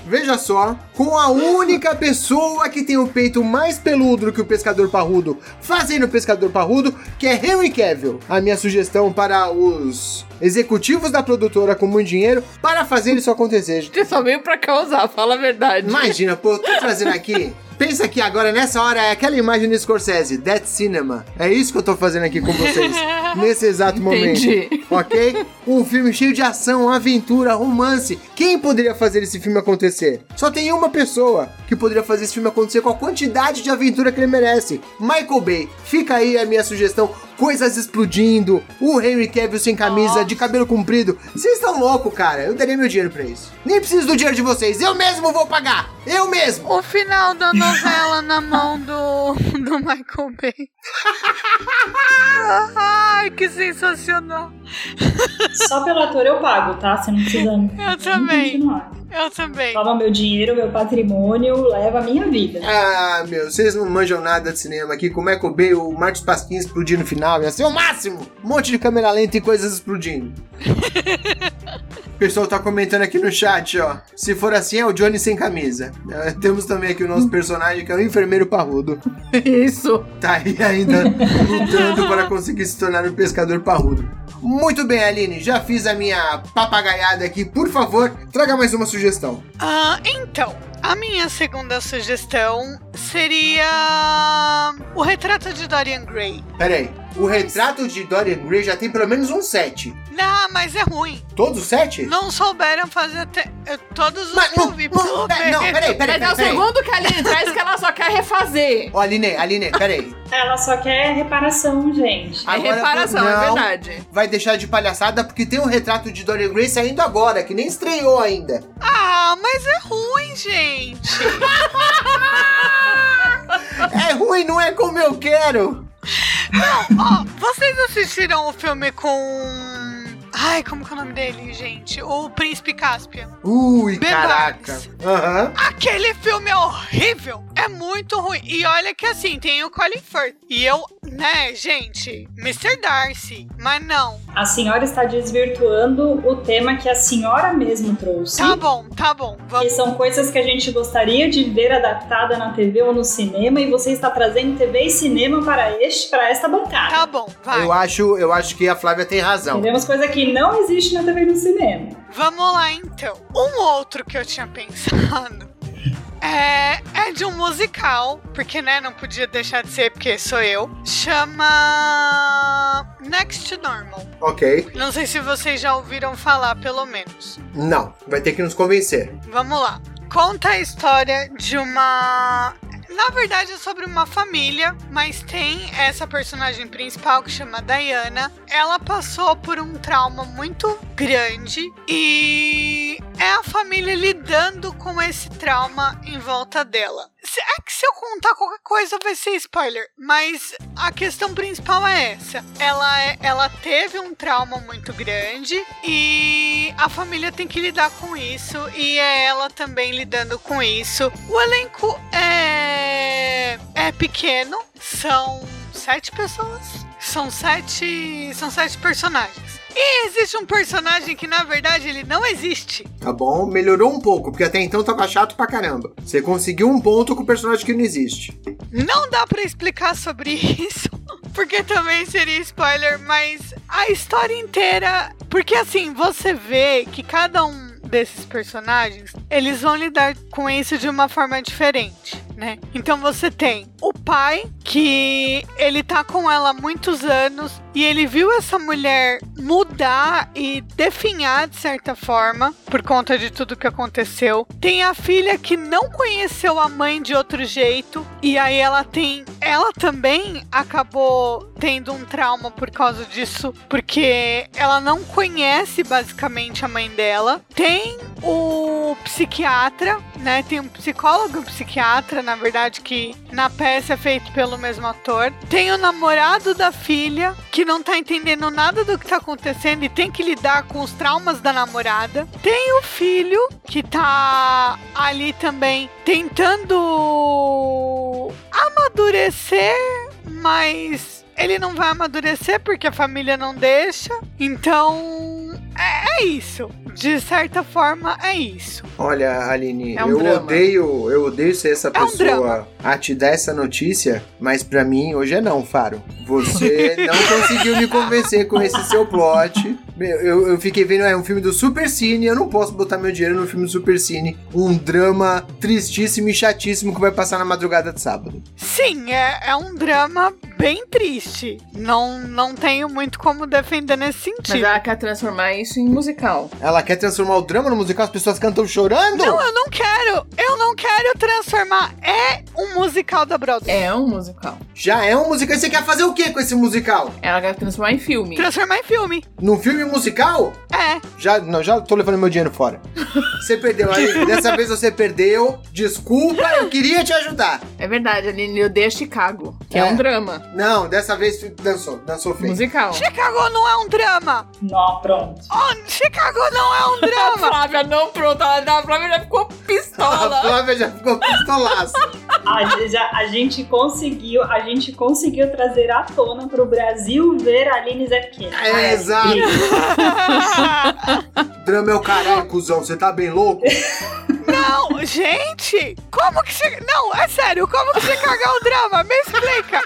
Speaker 1: Veja só, com a única pessoa que tem o peito mais peludo do que o pescador parrudo, fazendo o pescador parrudo, que é Henry Cavill. A minha sugestão para os executivos da produtora com muito dinheiro para fazer isso acontecer. gente.
Speaker 2: Você só veio pra causar, fala a verdade.
Speaker 1: Imagina, pô, tô trazendo aqui. Pensa aqui agora, nessa hora, é aquela imagem do Scorsese, Dead Cinema. É isso que eu tô fazendo aqui com vocês, nesse exato momento.
Speaker 2: Entendi.
Speaker 1: Ok? Um filme cheio de ação, aventura, romance. Quem poderia fazer esse filme acontecer? Só tem uma pessoa que poderia fazer esse filme acontecer com a quantidade de aventura que ele merece. Michael Bay. Fica aí a minha sugestão. Coisas explodindo, o Henry Cavill sem camisa, de cabelo comprido. Vocês estão loucos, cara. Eu daria meu dinheiro pra isso. Nem preciso do dinheiro de vocês. Eu mesmo vou pagar. Eu mesmo.
Speaker 4: O final da novela na mão do, do Michael Bay. Ai, que sensacional.
Speaker 3: Só pelo ator eu pago, tá? Você não precisa.
Speaker 4: Eu também,
Speaker 3: Continuar.
Speaker 4: eu também.
Speaker 3: Toma meu dinheiro, meu patrimônio, leva a minha vida.
Speaker 1: Ah, meu, vocês não manjam nada de cinema aqui. Como é que o Bay, o Marcos Pasquim explodir no final? Ia ser o máximo! Um monte de câmera lenta e coisas explodindo. O pessoal tá comentando aqui no chat, ó. Se for assim, é o Johnny sem camisa. Eh, Temos também aqui o nosso personagem, que é o enfermeiro parrudo.
Speaker 2: Isso.
Speaker 1: Tá aí ainda lutando para conseguir se tornar um pescador parrudo. Muito bem, Aline, já fiz a minha papagaiada aqui. Por favor, traga mais uma sugestão.
Speaker 4: Ah, então, a minha segunda sugestão seria o retrato de Dorian Gray.
Speaker 1: Pera aí. O retrato de Dorian Gray já tem pelo menos um set.
Speaker 4: Não, mas é ruim.
Speaker 1: Todos os sete?
Speaker 4: Não souberam fazer até. eu- Todos os
Speaker 1: Mas
Speaker 4: que eu vi, pelo
Speaker 1: pera- não,
Speaker 4: menos.
Speaker 1: peraí, peraí,
Speaker 2: Mas é
Speaker 1: peraí.
Speaker 2: o
Speaker 1: peraí.
Speaker 2: segundo que a Aline traz que ela só quer refazer. É
Speaker 1: Ó, Aline, Aline, peraí.
Speaker 3: Ela só quer reparação, gente.
Speaker 2: É
Speaker 1: Agora-
Speaker 2: reparação,
Speaker 1: não,
Speaker 2: é verdade.
Speaker 1: Vai deixar de palhaçada porque tem um retrato de Dorian Gray saindo agora, que nem estreou ainda.
Speaker 4: Ah, mas é ruim, gente.
Speaker 1: É ruim, não é como eu quero.
Speaker 4: Ó, vocês assistiram o filme com. Ai, como que é o nome dele, gente? O Príncipe Cáspia.
Speaker 1: Ui,
Speaker 4: Bem
Speaker 1: caraca.
Speaker 4: mais.
Speaker 1: Aham.
Speaker 4: Aquele filme é horrível. É muito ruim. E olha que assim, tem o Colin Firth. E eu, né, gente? Mr. Darcy. Mas não.
Speaker 3: A senhora está desvirtuando o tema que a senhora mesmo trouxe.
Speaker 4: Tá bom, tá bom.
Speaker 3: Que
Speaker 4: Vamos.
Speaker 3: são coisas que a gente gostaria de ver adaptada na TV ou no cinema, e você está trazendo TV e cinema para este, para esta bancada.
Speaker 4: Tá bom, vai.
Speaker 1: Eu acho, eu acho que a Flávia tem razão.
Speaker 3: Tivemos coisa que não existe na TV e no cinema.
Speaker 4: Vamos lá então. Um outro que eu tinha pensado. É, é de um musical, porque né, não podia deixar de ser, porque sou eu. Chama Next to Normal.
Speaker 1: Ok.
Speaker 4: Não sei se vocês já ouviram falar, pelo menos.
Speaker 1: Não, vai ter que nos convencer.
Speaker 4: Vamos lá. Conta a história de uma. Na verdade, é sobre uma família, mas tem essa personagem principal que chama Diana. Ela passou por um trauma muito grande e é a família lidando com esse trauma em volta dela. Se- É que se eu contar qualquer coisa vai ser spoiler, mas a questão principal é essa. Ela, é- ela teve um trauma muito grande e a família tem que lidar com isso e é ela também lidando com isso. O elenco é, é pequeno, são sete pessoas, são sete, são sete personagens. E existe um personagem que, na verdade, ele não existe.
Speaker 1: Tá bom? Melhorou um pouco, porque até então tava chato pra caramba. Você conseguiu um ponto com o personagem que não existe.
Speaker 4: Não dá pra explicar sobre isso, porque também seria spoiler, mas a história inteira, porque assim, você vê que cada um desses personagens, eles vão lidar com isso de uma forma diferente, né? Então você tem o pai que ele tá com ela há muitos anos e ele viu essa mulher mudar e definhar de certa forma por conta de tudo que aconteceu. Tem a filha que não conheceu a mãe de outro jeito e aí ela tem, ela também acabou tendo um trauma por causa disso, porque ela não conhece basicamente a mãe dela. Tem o psiquiatra, né? Tem um psicólogo e um psiquiatra, na verdade, que na peça é feito pelo mesmo ator. Tem o namorado da filha, que não tá entendendo nada do que tá acontecendo e tem que lidar com os traumas da namorada. Tem o filho, que tá ali também tentando amadurecer, mas ele não vai amadurecer porque a família não deixa. Então, é, é isso. De certa forma, é isso.
Speaker 1: Olha, Aline,
Speaker 2: É um
Speaker 1: eu
Speaker 2: drama.
Speaker 1: odeio, eu odeio ser essa
Speaker 4: É um
Speaker 1: pessoa
Speaker 4: drama.
Speaker 1: a te dar essa notícia, mas pra mim hoje é não, Faro. Você não conseguiu me convencer com esse seu plot. Meu, eu, eu fiquei vendo, é um filme do Super Cine, eu não posso botar meu dinheiro no filme do Super Cine, um drama tristíssimo e chatíssimo que vai passar na madrugada de sábado.
Speaker 4: Sim, é, é um drama bem triste. Não, não tenho muito como defender nesse
Speaker 2: Mas
Speaker 4: sentido.
Speaker 2: ela quer transformar isso em musical.
Speaker 1: Ela quer transformar o drama no musical, as pessoas cantam
Speaker 2: é
Speaker 1: chorando?
Speaker 4: Não, eu não quero! Eu não quero transformar. É um musical da Broadway.
Speaker 2: É um musical.
Speaker 1: Já é um musical, e você quer fazer o que com esse musical?
Speaker 2: Ela quer transformar em filme.
Speaker 4: Transformar em filme.
Speaker 1: Num filme musical?
Speaker 4: É.
Speaker 1: Já, não, já tô levando meu dinheiro fora. Você perdeu, Aline. Dessa vez você perdeu. Desculpa, eu queria te ajudar.
Speaker 2: É verdade, Aline, eu dei a Chicago, que é,
Speaker 1: É.
Speaker 2: um drama
Speaker 1: Não, dessa vez dançou, dançou feio.
Speaker 2: musical.
Speaker 4: Chicago não é um drama.
Speaker 3: Nó, pronto.
Speaker 4: Oh, Chicago não é um
Speaker 2: A
Speaker 4: drama.
Speaker 2: Flávia não pronta, ela- a Flávia já ficou
Speaker 1: A
Speaker 2: pistola.
Speaker 1: Flávia já ficou pistolaça.
Speaker 3: A, ge- já- a gente conseguiu, a gente conseguiu trazer à tona pro Brasil ver a Aline Zepkin.
Speaker 1: É, exato. Drama é o caralho, cuzão. Você tá bem louco?
Speaker 4: Não, gente! Como que chega. Não, é sério, como que você cagar o drama? Me explica!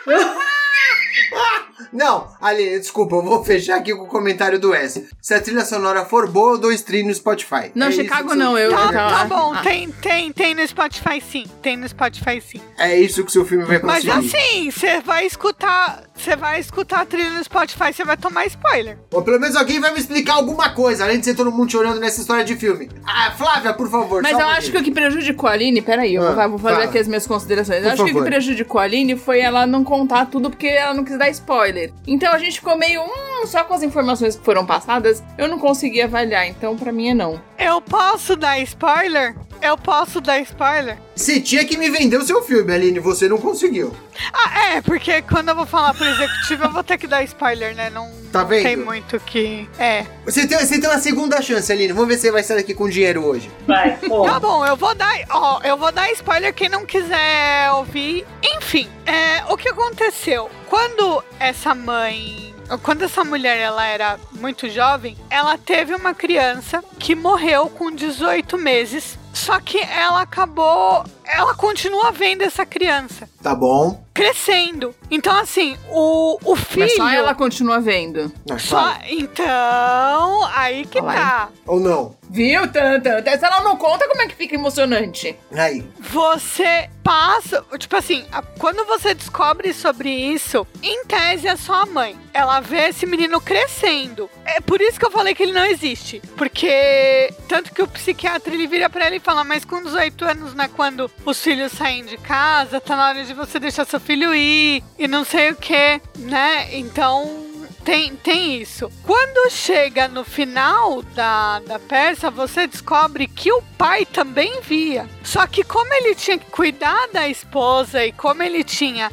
Speaker 1: Não, Aline, desculpa. Eu vou fechar aqui com o comentário do S. Se a trilha sonora for boa, eu dou stream no Spotify.
Speaker 2: Não,
Speaker 1: É isso
Speaker 2: Chicago
Speaker 1: que seu-
Speaker 2: não, eu-
Speaker 4: Tá,
Speaker 2: então,
Speaker 4: tá
Speaker 2: é.
Speaker 4: bom,
Speaker 2: Ah.
Speaker 4: tem, tem, tem no Spotify sim. Tem no Spotify sim.
Speaker 1: É isso que seu filme vai
Speaker 4: Mas
Speaker 1: conseguir.
Speaker 4: assim, você vai escutar. Você vai escutar a trilha no Spotify, você vai tomar spoiler.
Speaker 1: Ou pelo menos alguém vai me explicar alguma coisa, além de ser todo mundo chorando nessa história de filme. Ah, Flávia, por favor. um
Speaker 2: Mas eu
Speaker 1: salva
Speaker 2: acho
Speaker 1: ele.
Speaker 2: que o que prejudicou a Aline, peraí, eu
Speaker 1: Ah,
Speaker 2: vou- vou fazer
Speaker 1: fala.
Speaker 2: aqui as minhas considerações.
Speaker 1: Por
Speaker 2: eu acho que o que
Speaker 1: favor.
Speaker 2: prejudicou a Aline foi ela não contar tudo porque ela não quis dar spoiler. Então a gente ficou meio, hum, só com as informações que foram passadas, eu não consegui avaliar, então pra mim é não.
Speaker 4: Eu posso dar spoiler? Eu posso dar spoiler?
Speaker 1: Você tinha que me vender o seu filme, Aline, você não conseguiu.
Speaker 4: Ah, é, porque quando eu vou falar pro executivo, eu vou ter que dar spoiler, né? Não
Speaker 1: Tá vendo?
Speaker 4: tem muito o que. É.
Speaker 1: Você tem, você tem uma segunda chance, Aline. Vamos ver se você vai sair daqui com dinheiro hoje.
Speaker 3: Vai, pô.
Speaker 4: Tá bom, eu vou dar. Ó, eu vou dar spoiler quem não quiser ouvir. Enfim, é, o que aconteceu? Quando essa mãe. Quando essa mulher ela era muito jovem, ela teve uma criança que morreu com 18 meses. Só que ela acabou. Ela continua vendo essa criança
Speaker 1: Tá bom.
Speaker 4: crescendo. Então, assim, o, o filho.
Speaker 2: Mas só ela continua vendo.
Speaker 1: Não,
Speaker 4: Só,
Speaker 1: Ah, fala.
Speaker 4: então, aí que
Speaker 2: Olha aí.
Speaker 4: tá.
Speaker 1: Ou não.
Speaker 2: Viu? Tanta. Se ela não conta, como é que fica emocionante?
Speaker 1: Aí.
Speaker 4: você passa. Tipo assim, a- quando você descobre sobre isso, em tese é só a mãe. Ela vê esse menino crescendo. É por isso que eu falei que ele não existe. Porque. Tanto que o psiquiatra ele vira pra ele e fala: Mas com 18 anos, né? Quando os filhos saem de casa, tá na hora de você deixar seu filho ir e não sei o que, né? Então. Tem, tem isso. Quando chega no final da, da peça, você descobre que o pai também via. Só que como ele tinha que cuidar da esposa e como ele tinha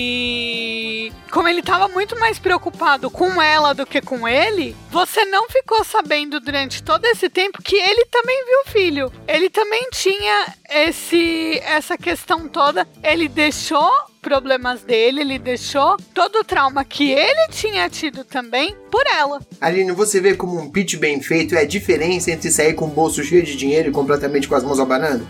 Speaker 4: que... Como ele estava muito mais preocupado com ela do que com ele, você não ficou sabendo durante todo esse tempo que ele também viu o filho. Ele também tinha esse essa questão toda. Ele deixou problemas dele, ele deixou todo o trauma que ele tinha tido também por ela.
Speaker 1: Aline, você vê como um pitch bem feito é a diferença entre sair com o bolso cheio de dinheiro e completamente com as mãos abanando?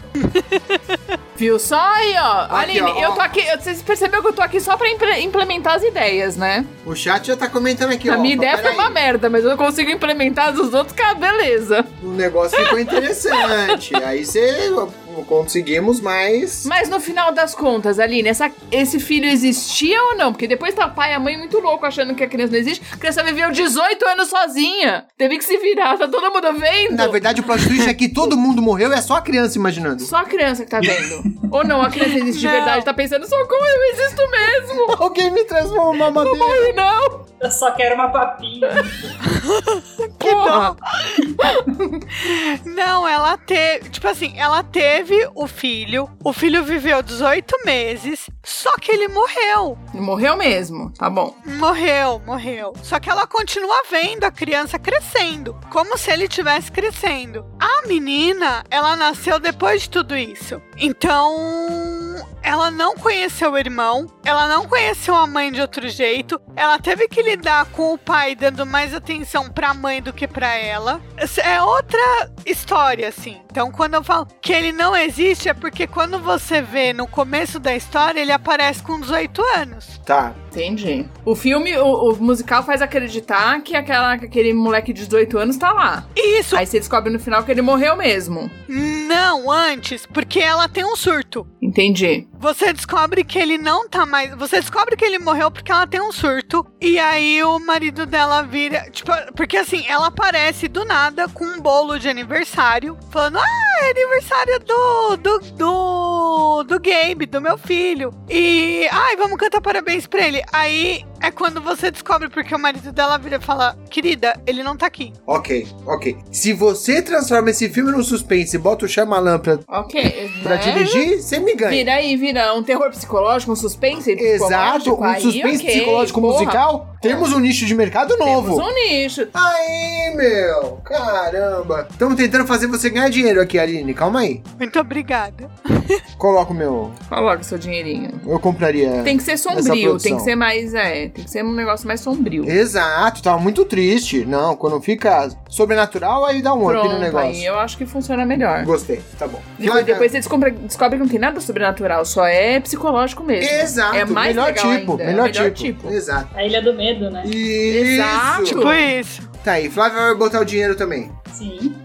Speaker 2: Viu só aí, ó?
Speaker 1: Aqui,
Speaker 2: Aline,
Speaker 1: ó,
Speaker 2: eu
Speaker 1: ó.
Speaker 2: tô aqui. Vocês perceberam que eu tô aqui só pra imple- implementar as ideias, né?
Speaker 1: O chat já tá comentando aqui, ó.
Speaker 2: a minha
Speaker 1: opa,
Speaker 2: ideia foi
Speaker 1: peraí,
Speaker 2: uma merda, mas eu consigo implementar as dos outros, cara, beleza.
Speaker 1: O um negócio ficou interessante. Aí você... Conseguimos mais...
Speaker 2: Mas no final das contas, Aline, essa- esse filho existia ou não? Porque depois tá o pai e a mãe muito louco achando que a criança não existe. A criança viveu 18 anos sozinha. Teve que se virar, tá todo mundo vendo.
Speaker 1: Na verdade, o plot twist é que todo mundo morreu e é só a criança imaginando.
Speaker 2: Só a criança que tá vendo. ou não, a criança existe de
Speaker 4: Não.
Speaker 2: verdade, tá pensando, socorro, eu existo mesmo.
Speaker 1: Alguém me transformou uma madeira.
Speaker 2: Ai, não,
Speaker 3: Eu só quero uma papinha.
Speaker 2: porra.
Speaker 4: Não, ela teve. Tipo assim, ela teve o filho. O filho viveu 18 meses. Só que ele morreu.
Speaker 2: Morreu mesmo, tá bom.
Speaker 4: Morreu, morreu. Só que ela continua vendo a criança crescendo. Como se ele tivesse crescendo. A menina, ela nasceu depois de tudo isso. Então. Ela não conheceu o irmão, ela não conheceu a mãe de outro jeito, ela teve que lidar com o pai dando mais atenção pra mãe do que pra ela. Essa É outra história, assim. Então, quando eu falo que ele não existe, é porque quando você vê no começo da história, ele aparece com 18 anos.
Speaker 1: Tá.
Speaker 2: Entendi. O filme, o, o musical faz acreditar que aquela, que aquele moleque de 18 anos tá lá.
Speaker 4: Isso,
Speaker 2: Aí você descobre no final que ele morreu mesmo.
Speaker 4: Não, antes, porque ela tem um surto.
Speaker 2: Entendi.
Speaker 4: Você descobre que ele não tá mais. Você descobre que ele morreu porque ela tem um surto. E aí o marido dela vira. Tipo, porque assim, ela aparece do nada com um bolo de aniversário. Falando, ah, é aniversário do. do. do. do Gabe, do meu filho. E. Ai, vamos cantar parabéns pra ele. Aí é quando você descobre porque o marido dela vira e fala: Querida, ele não tá aqui.
Speaker 1: Ok, ok. Se você transforma esse filme num suspense e bota o Shyamalan pra,
Speaker 2: Ok.
Speaker 1: pra
Speaker 2: né?
Speaker 1: dirigir, né? você me ganha.
Speaker 2: Vira aí, vira um terror psicológico, um suspense
Speaker 1: Exato,
Speaker 2: psicológico.
Speaker 1: um
Speaker 2: aí,
Speaker 1: suspense
Speaker 2: ok,
Speaker 1: psicológico
Speaker 2: porra.
Speaker 1: musical. Temos um nicho de mercado novo.
Speaker 2: Temos um nicho.
Speaker 1: Aí, meu, caramba. Estamos tentando fazer você ganhar dinheiro aqui, Aline. Calma aí.
Speaker 4: Muito obrigada.
Speaker 1: Coloca o meu.
Speaker 2: Coloca seu dinheirinho.
Speaker 1: Eu compraria.
Speaker 2: Tem que ser sombrio, tem
Speaker 1: produção. é
Speaker 2: que ser mais, é, tem que ser um negócio mais sombrio.
Speaker 1: Exato, tava muito triste. Não, quando fica sobrenatural, aí dá um up no
Speaker 2: Pronto,
Speaker 1: negócio.
Speaker 2: aí eu acho que funciona melhor.
Speaker 1: Gostei, tá bom.
Speaker 2: Depois, depois você descobre, descobre que não tem nada sobrenatural, só é psicológico mesmo.
Speaker 1: Exato,
Speaker 2: É mais
Speaker 1: melhor
Speaker 2: legal
Speaker 1: tipo,
Speaker 2: ainda, é
Speaker 1: melhor,
Speaker 2: o melhor
Speaker 1: tipo.
Speaker 2: tipo.
Speaker 1: Exato.
Speaker 3: A Ilha do Medo, né?
Speaker 1: Isso.
Speaker 2: Exato.
Speaker 4: Tipo isso.
Speaker 1: Tá aí, Flávia vai botar o dinheiro também.
Speaker 3: Sim.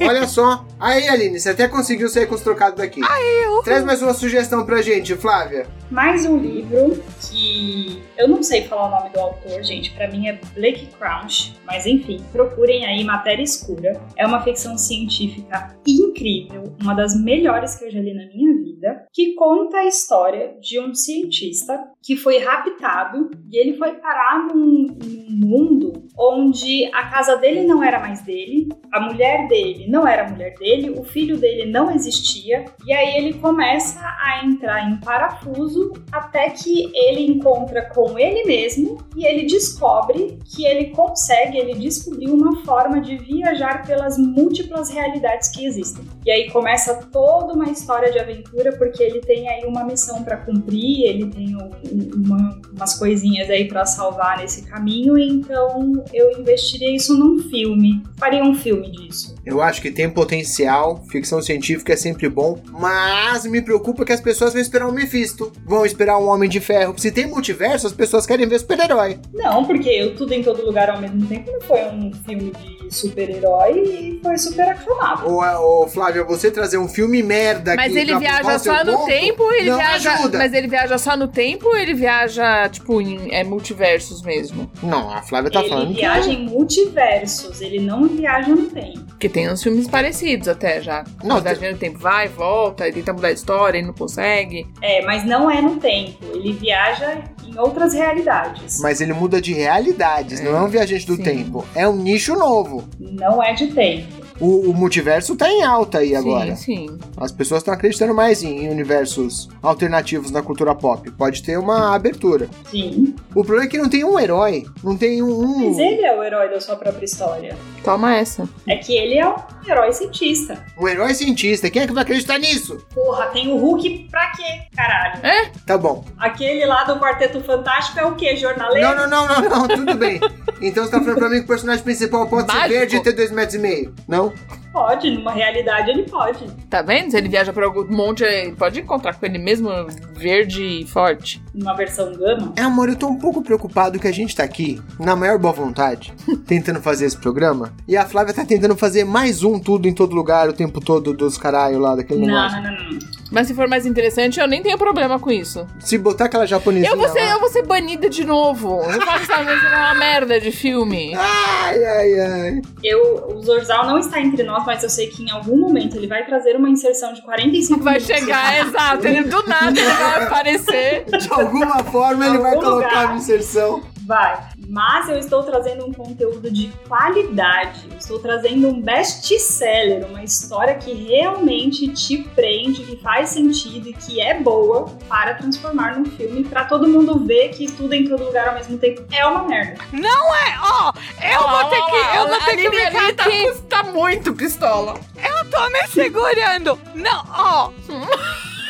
Speaker 1: Olha só. Aí, Aline, você até conseguiu sair com os trocados daqui.
Speaker 4: uhul.
Speaker 1: Traz mais uma sugestão pra gente, Flávia.
Speaker 3: Mais um livro que eu não sei falar o nome do autor, gente. Pra mim é Blake Crouch, mas enfim, procurem aí Matéria Escura. É uma ficção científica incrível, uma das melhores que eu já li na minha vida, que conta a história de um cientista que foi raptado e ele foi parar num, num mundo onde a casa dele não era mais dele, a mulher dele não era a mulher dele, o filho dele não existia, e aí ele começa a entrar em parafuso até que ele encontra com ele mesmo e ele descobre que ele consegue, ele descobriu uma forma de viajar pelas múltiplas realidades que existem. E aí começa toda uma história de aventura, porque ele tem aí uma missão para cumprir, ele tem um- uma- umas coisinhas aí para salvar nesse caminho, então eu investiria isso num filme. Faria um filme disso.
Speaker 1: Eu acho que tem potencial, ficção científica é sempre bom, mas me preocupa que as pessoas vão esperar um Mephisto, vão esperar um Homem de Ferro. Se tem multiverso, as pessoas querem ver super-herói.
Speaker 3: Não, porque eu tudo em todo lugar ao mesmo tempo não foi um filme de super-herói e foi super aclamado.
Speaker 1: Ô, ô, Flávia, você trazer um filme merda
Speaker 2: Mas
Speaker 1: aqui
Speaker 2: ele
Speaker 1: pra
Speaker 2: viaja
Speaker 1: provar o seu
Speaker 2: só no
Speaker 1: ponto,
Speaker 2: tempo, ele
Speaker 1: não
Speaker 2: viaja.
Speaker 1: ajuda.
Speaker 2: Mas ele viaja só no tempo ou ele viaja, tipo, em é, multiversos mesmo?
Speaker 1: Não, a Flávia tá
Speaker 3: Ele
Speaker 1: falando que
Speaker 3: viaja em multiversos, ele não viaja no tempo.
Speaker 2: Porque tem uns filmes parecidos até já.
Speaker 1: Não,
Speaker 2: Não, viaja no tempo, vai, volta, ele tenta mudar a história, ele não consegue.
Speaker 3: É, mas não é no tempo, ele viaja em outras realidades.
Speaker 1: Mas ele muda de realidades,
Speaker 2: É,
Speaker 1: não é um viajante do
Speaker 2: sim.
Speaker 1: tempo. É um nicho novo.
Speaker 3: Não é de tempo.
Speaker 1: O, o multiverso tá em alta aí agora.
Speaker 2: Sim, sim.
Speaker 1: As pessoas estão acreditando mais em, em universos alternativos na cultura pop. Pode ter uma abertura.
Speaker 3: Sim.
Speaker 1: O problema é que não tem um herói. Não tem um. um-
Speaker 3: Mas ele é o herói da sua própria história.
Speaker 2: Toma essa.
Speaker 3: É que ele é um herói cientista.
Speaker 1: um herói cientista. Quem é que vai acreditar nisso?
Speaker 3: Porra, tem o Hulk pra quê? Caralho.
Speaker 1: Tá bom.
Speaker 3: Aquele lá do Quarteto Fantástico é o quê? Jornaleiro?
Speaker 1: Não, não, não, não, não. Tudo bem. Então você tá falando pra mim que o personagem principal pode ser
Speaker 2: Mágico.
Speaker 1: verde e ter dois metros e meio. Não?
Speaker 3: Pode, numa realidade ele pode.
Speaker 2: Tá vendo? Se ele viaja por algum monte, é, ele pode encontrar com ele mesmo verde e forte.
Speaker 3: Numa versão gama.
Speaker 1: É, amor, eu tô um pouco preocupado que a gente tá aqui, na maior boa vontade, tentando fazer esse programa. E a Flávia tá tentando fazer mais um tudo em todo lugar, o tempo todo dos caralho lá daquele
Speaker 3: Não,
Speaker 1: negócio.
Speaker 3: não, não, não.
Speaker 2: Mas se for mais interessante, eu nem tenho problema com isso.
Speaker 1: Se botar aquela japonesinha
Speaker 2: Eu vou, ser,
Speaker 1: lá...
Speaker 2: eu vou ser banida de novo. Eu falo que essa música é uma merda de filme.
Speaker 1: Ai, ai, ai.
Speaker 3: Eu, o Zorzal não está entre nós, mas eu sei que em algum momento ele vai trazer uma inserção de 45
Speaker 2: Vai
Speaker 3: minutos.
Speaker 2: chegar, exato. Ele do nada ele vai aparecer.
Speaker 1: De alguma forma ele
Speaker 3: Algum
Speaker 1: vai colocar
Speaker 3: lugar.
Speaker 1: uma inserção.
Speaker 3: Vai. Mas eu estou trazendo um conteúdo de qualidade. Eu estou trazendo um best-seller, uma história que realmente te prende, que faz sentido e que é boa para transformar num filme para todo mundo ver que tudo em todo lugar ao mesmo tempo é uma merda.
Speaker 4: É, ó,
Speaker 2: Olha
Speaker 4: eu
Speaker 2: lá,
Speaker 4: vou ter
Speaker 2: olha
Speaker 4: que.
Speaker 2: lá,
Speaker 4: eu
Speaker 2: olha
Speaker 4: vou
Speaker 2: lá.
Speaker 4: ter que
Speaker 2: Aline
Speaker 4: me
Speaker 2: ali
Speaker 4: catar.
Speaker 2: tá, tá muito pistola.
Speaker 4: Eu tô me segurando. Não, ó.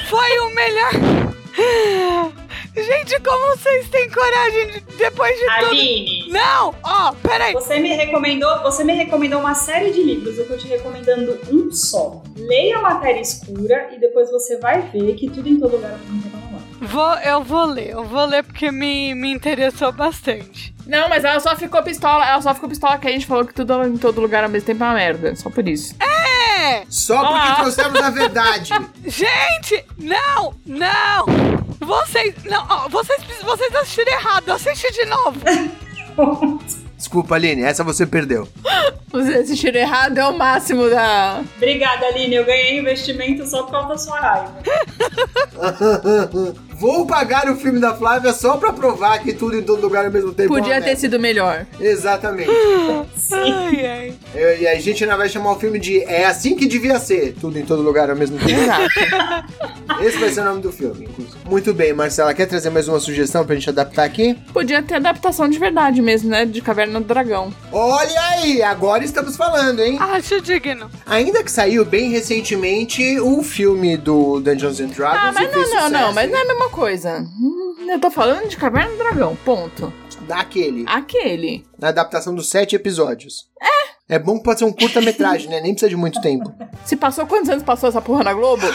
Speaker 4: Foi o melhor. Gente, como vocês têm coragem de- depois de tudo?
Speaker 3: Aline!
Speaker 4: Não, ó, peraí.
Speaker 3: Você me recomendou, você me recomendou uma série de livros, eu tô te recomendando um só. Leia a matéria escura e depois você vai ver que tudo em todo lugar é uma merda.
Speaker 4: Vou, eu vou ler, eu vou ler porque me, me interessou bastante.
Speaker 2: Não, mas ela só ficou pistola. Ela só ficou pistola que a gente falou que tudo em todo lugar ao mesmo tempo é uma merda. Só por isso.
Speaker 4: É,
Speaker 1: Só
Speaker 2: Ah.
Speaker 1: porque trouxemos a verdade.
Speaker 4: gente, não, não. Vocês, não, ó, vocês, vocês assistiram errado, assiste de novo.
Speaker 1: Desculpa, Aline, essa você perdeu.
Speaker 2: Vocês assistiram errado, é o máximo da.
Speaker 3: Obrigada, Aline, eu ganhei investimento só por causa da sua raiva.
Speaker 1: Vou pagar o filme da Flávia só pra provar que tudo em todo lugar ao mesmo tempo. é uma
Speaker 2: Podia ter
Speaker 1: merda.
Speaker 2: sido melhor.
Speaker 1: Exatamente.
Speaker 3: Sim.
Speaker 4: Ai, ai.
Speaker 1: Eu- É, E a gente ainda vai chamar o filme de É assim que devia ser, tudo em todo lugar ao mesmo tempo. Esse vai ser o nome do filme, inclusive. Muito bem, Marcela, quer trazer mais uma sugestão pra gente adaptar aqui?
Speaker 2: Podia ter adaptação de verdade mesmo, né? De Caverna do Dragão.
Speaker 1: Olha aí, agora estamos falando, hein?
Speaker 4: Acho digno.
Speaker 1: Ainda que saiu bem recentemente o filme do Dungeons and Dragons.
Speaker 2: Ah,
Speaker 1: e
Speaker 2: mas
Speaker 1: fez
Speaker 2: não, não,
Speaker 1: sucesso,
Speaker 2: não, mas
Speaker 1: hein?
Speaker 2: não é a mesma coisa. Hum, Eu tô falando de Caverna do Dragão, ponto.
Speaker 1: Daquele,
Speaker 2: Aquele.
Speaker 1: na adaptação dos sete episódios. É. É bom que pode ser um curta-metragem, né? Nem precisa de muito tempo.
Speaker 2: Se passou quantos anos passou essa porra na Globo?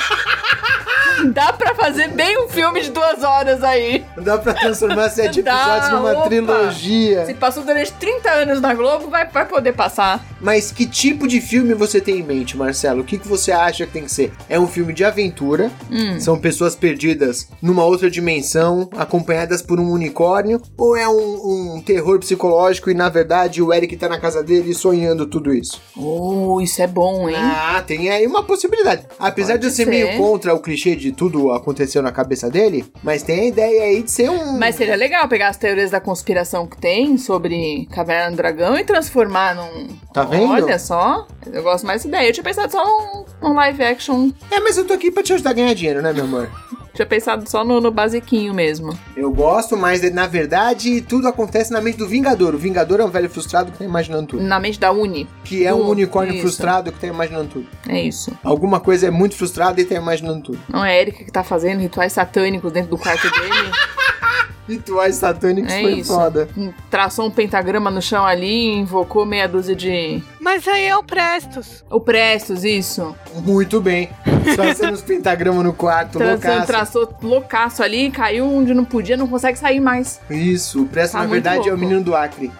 Speaker 2: Dá pra fazer bem um filme de duas horas aí.
Speaker 1: Dá pra transformar sete
Speaker 2: Dá,
Speaker 1: episódios numa
Speaker 2: opa.
Speaker 1: trilogia.
Speaker 2: Se passou durante 30 anos na Globo, vai, vai poder passar.
Speaker 1: Mas que tipo de filme você tem em mente, Marcelo? O que, que você acha que tem que ser? É um filme de aventura,
Speaker 2: Hum.
Speaker 1: são pessoas perdidas numa outra dimensão, acompanhadas por um unicórnio, ou é um, um terror psicológico e na verdade o Eric tá na casa dele sonhando tudo isso?
Speaker 2: Oh, isso é bom, hein?
Speaker 1: Ah, tem aí uma possibilidade. Apesar
Speaker 2: Pode
Speaker 1: de eu ser,
Speaker 2: ser.
Speaker 1: meio contra o clichê de tudo aconteceu na cabeça dele, mas tem a ideia aí de ser um.
Speaker 2: Mas seria legal pegar as teorias da conspiração que tem sobre Caverna do Dragão e transformar num.
Speaker 1: Tá vendo?
Speaker 2: Olha só. Eu gosto mais dessa ideia. Eu tinha pensado só num, num live action.
Speaker 1: É, mas eu tô aqui pra te ajudar a ganhar dinheiro, né, meu amor?
Speaker 2: Tinha pensado só no, no basiquinho mesmo.
Speaker 1: Eu gosto, mas na verdade tudo acontece na mente do Vingador. O Vingador é um velho frustrado que tá imaginando tudo.
Speaker 2: Na mente da Uni.
Speaker 1: Que é um
Speaker 2: Tudo,
Speaker 1: unicórnio
Speaker 2: isso.
Speaker 1: frustrado que tá imaginando tudo.
Speaker 2: É isso.
Speaker 1: Alguma coisa é muito frustrada e tá imaginando tudo.
Speaker 2: Não é a Erika que tá fazendo rituais satânicos dentro do quarto dele?
Speaker 1: Rituais satânicos
Speaker 2: É
Speaker 1: foi
Speaker 2: isso.
Speaker 1: foda.
Speaker 2: Traçou um pentagrama no chão ali, invocou meia dúzia de.
Speaker 4: Mas aí é o Prestos.
Speaker 2: O Prestos, isso.
Speaker 1: Muito bem. Só sendo os pentagramas no quarto,
Speaker 2: Traçou,
Speaker 1: loucaço.
Speaker 2: Então, assim, traçou loucaço ali, caiu onde não podia, não consegue sair mais.
Speaker 1: Isso, o Presto,
Speaker 2: Tá
Speaker 1: na
Speaker 2: muito
Speaker 1: verdade, é o
Speaker 2: louco.
Speaker 1: menino do Acre.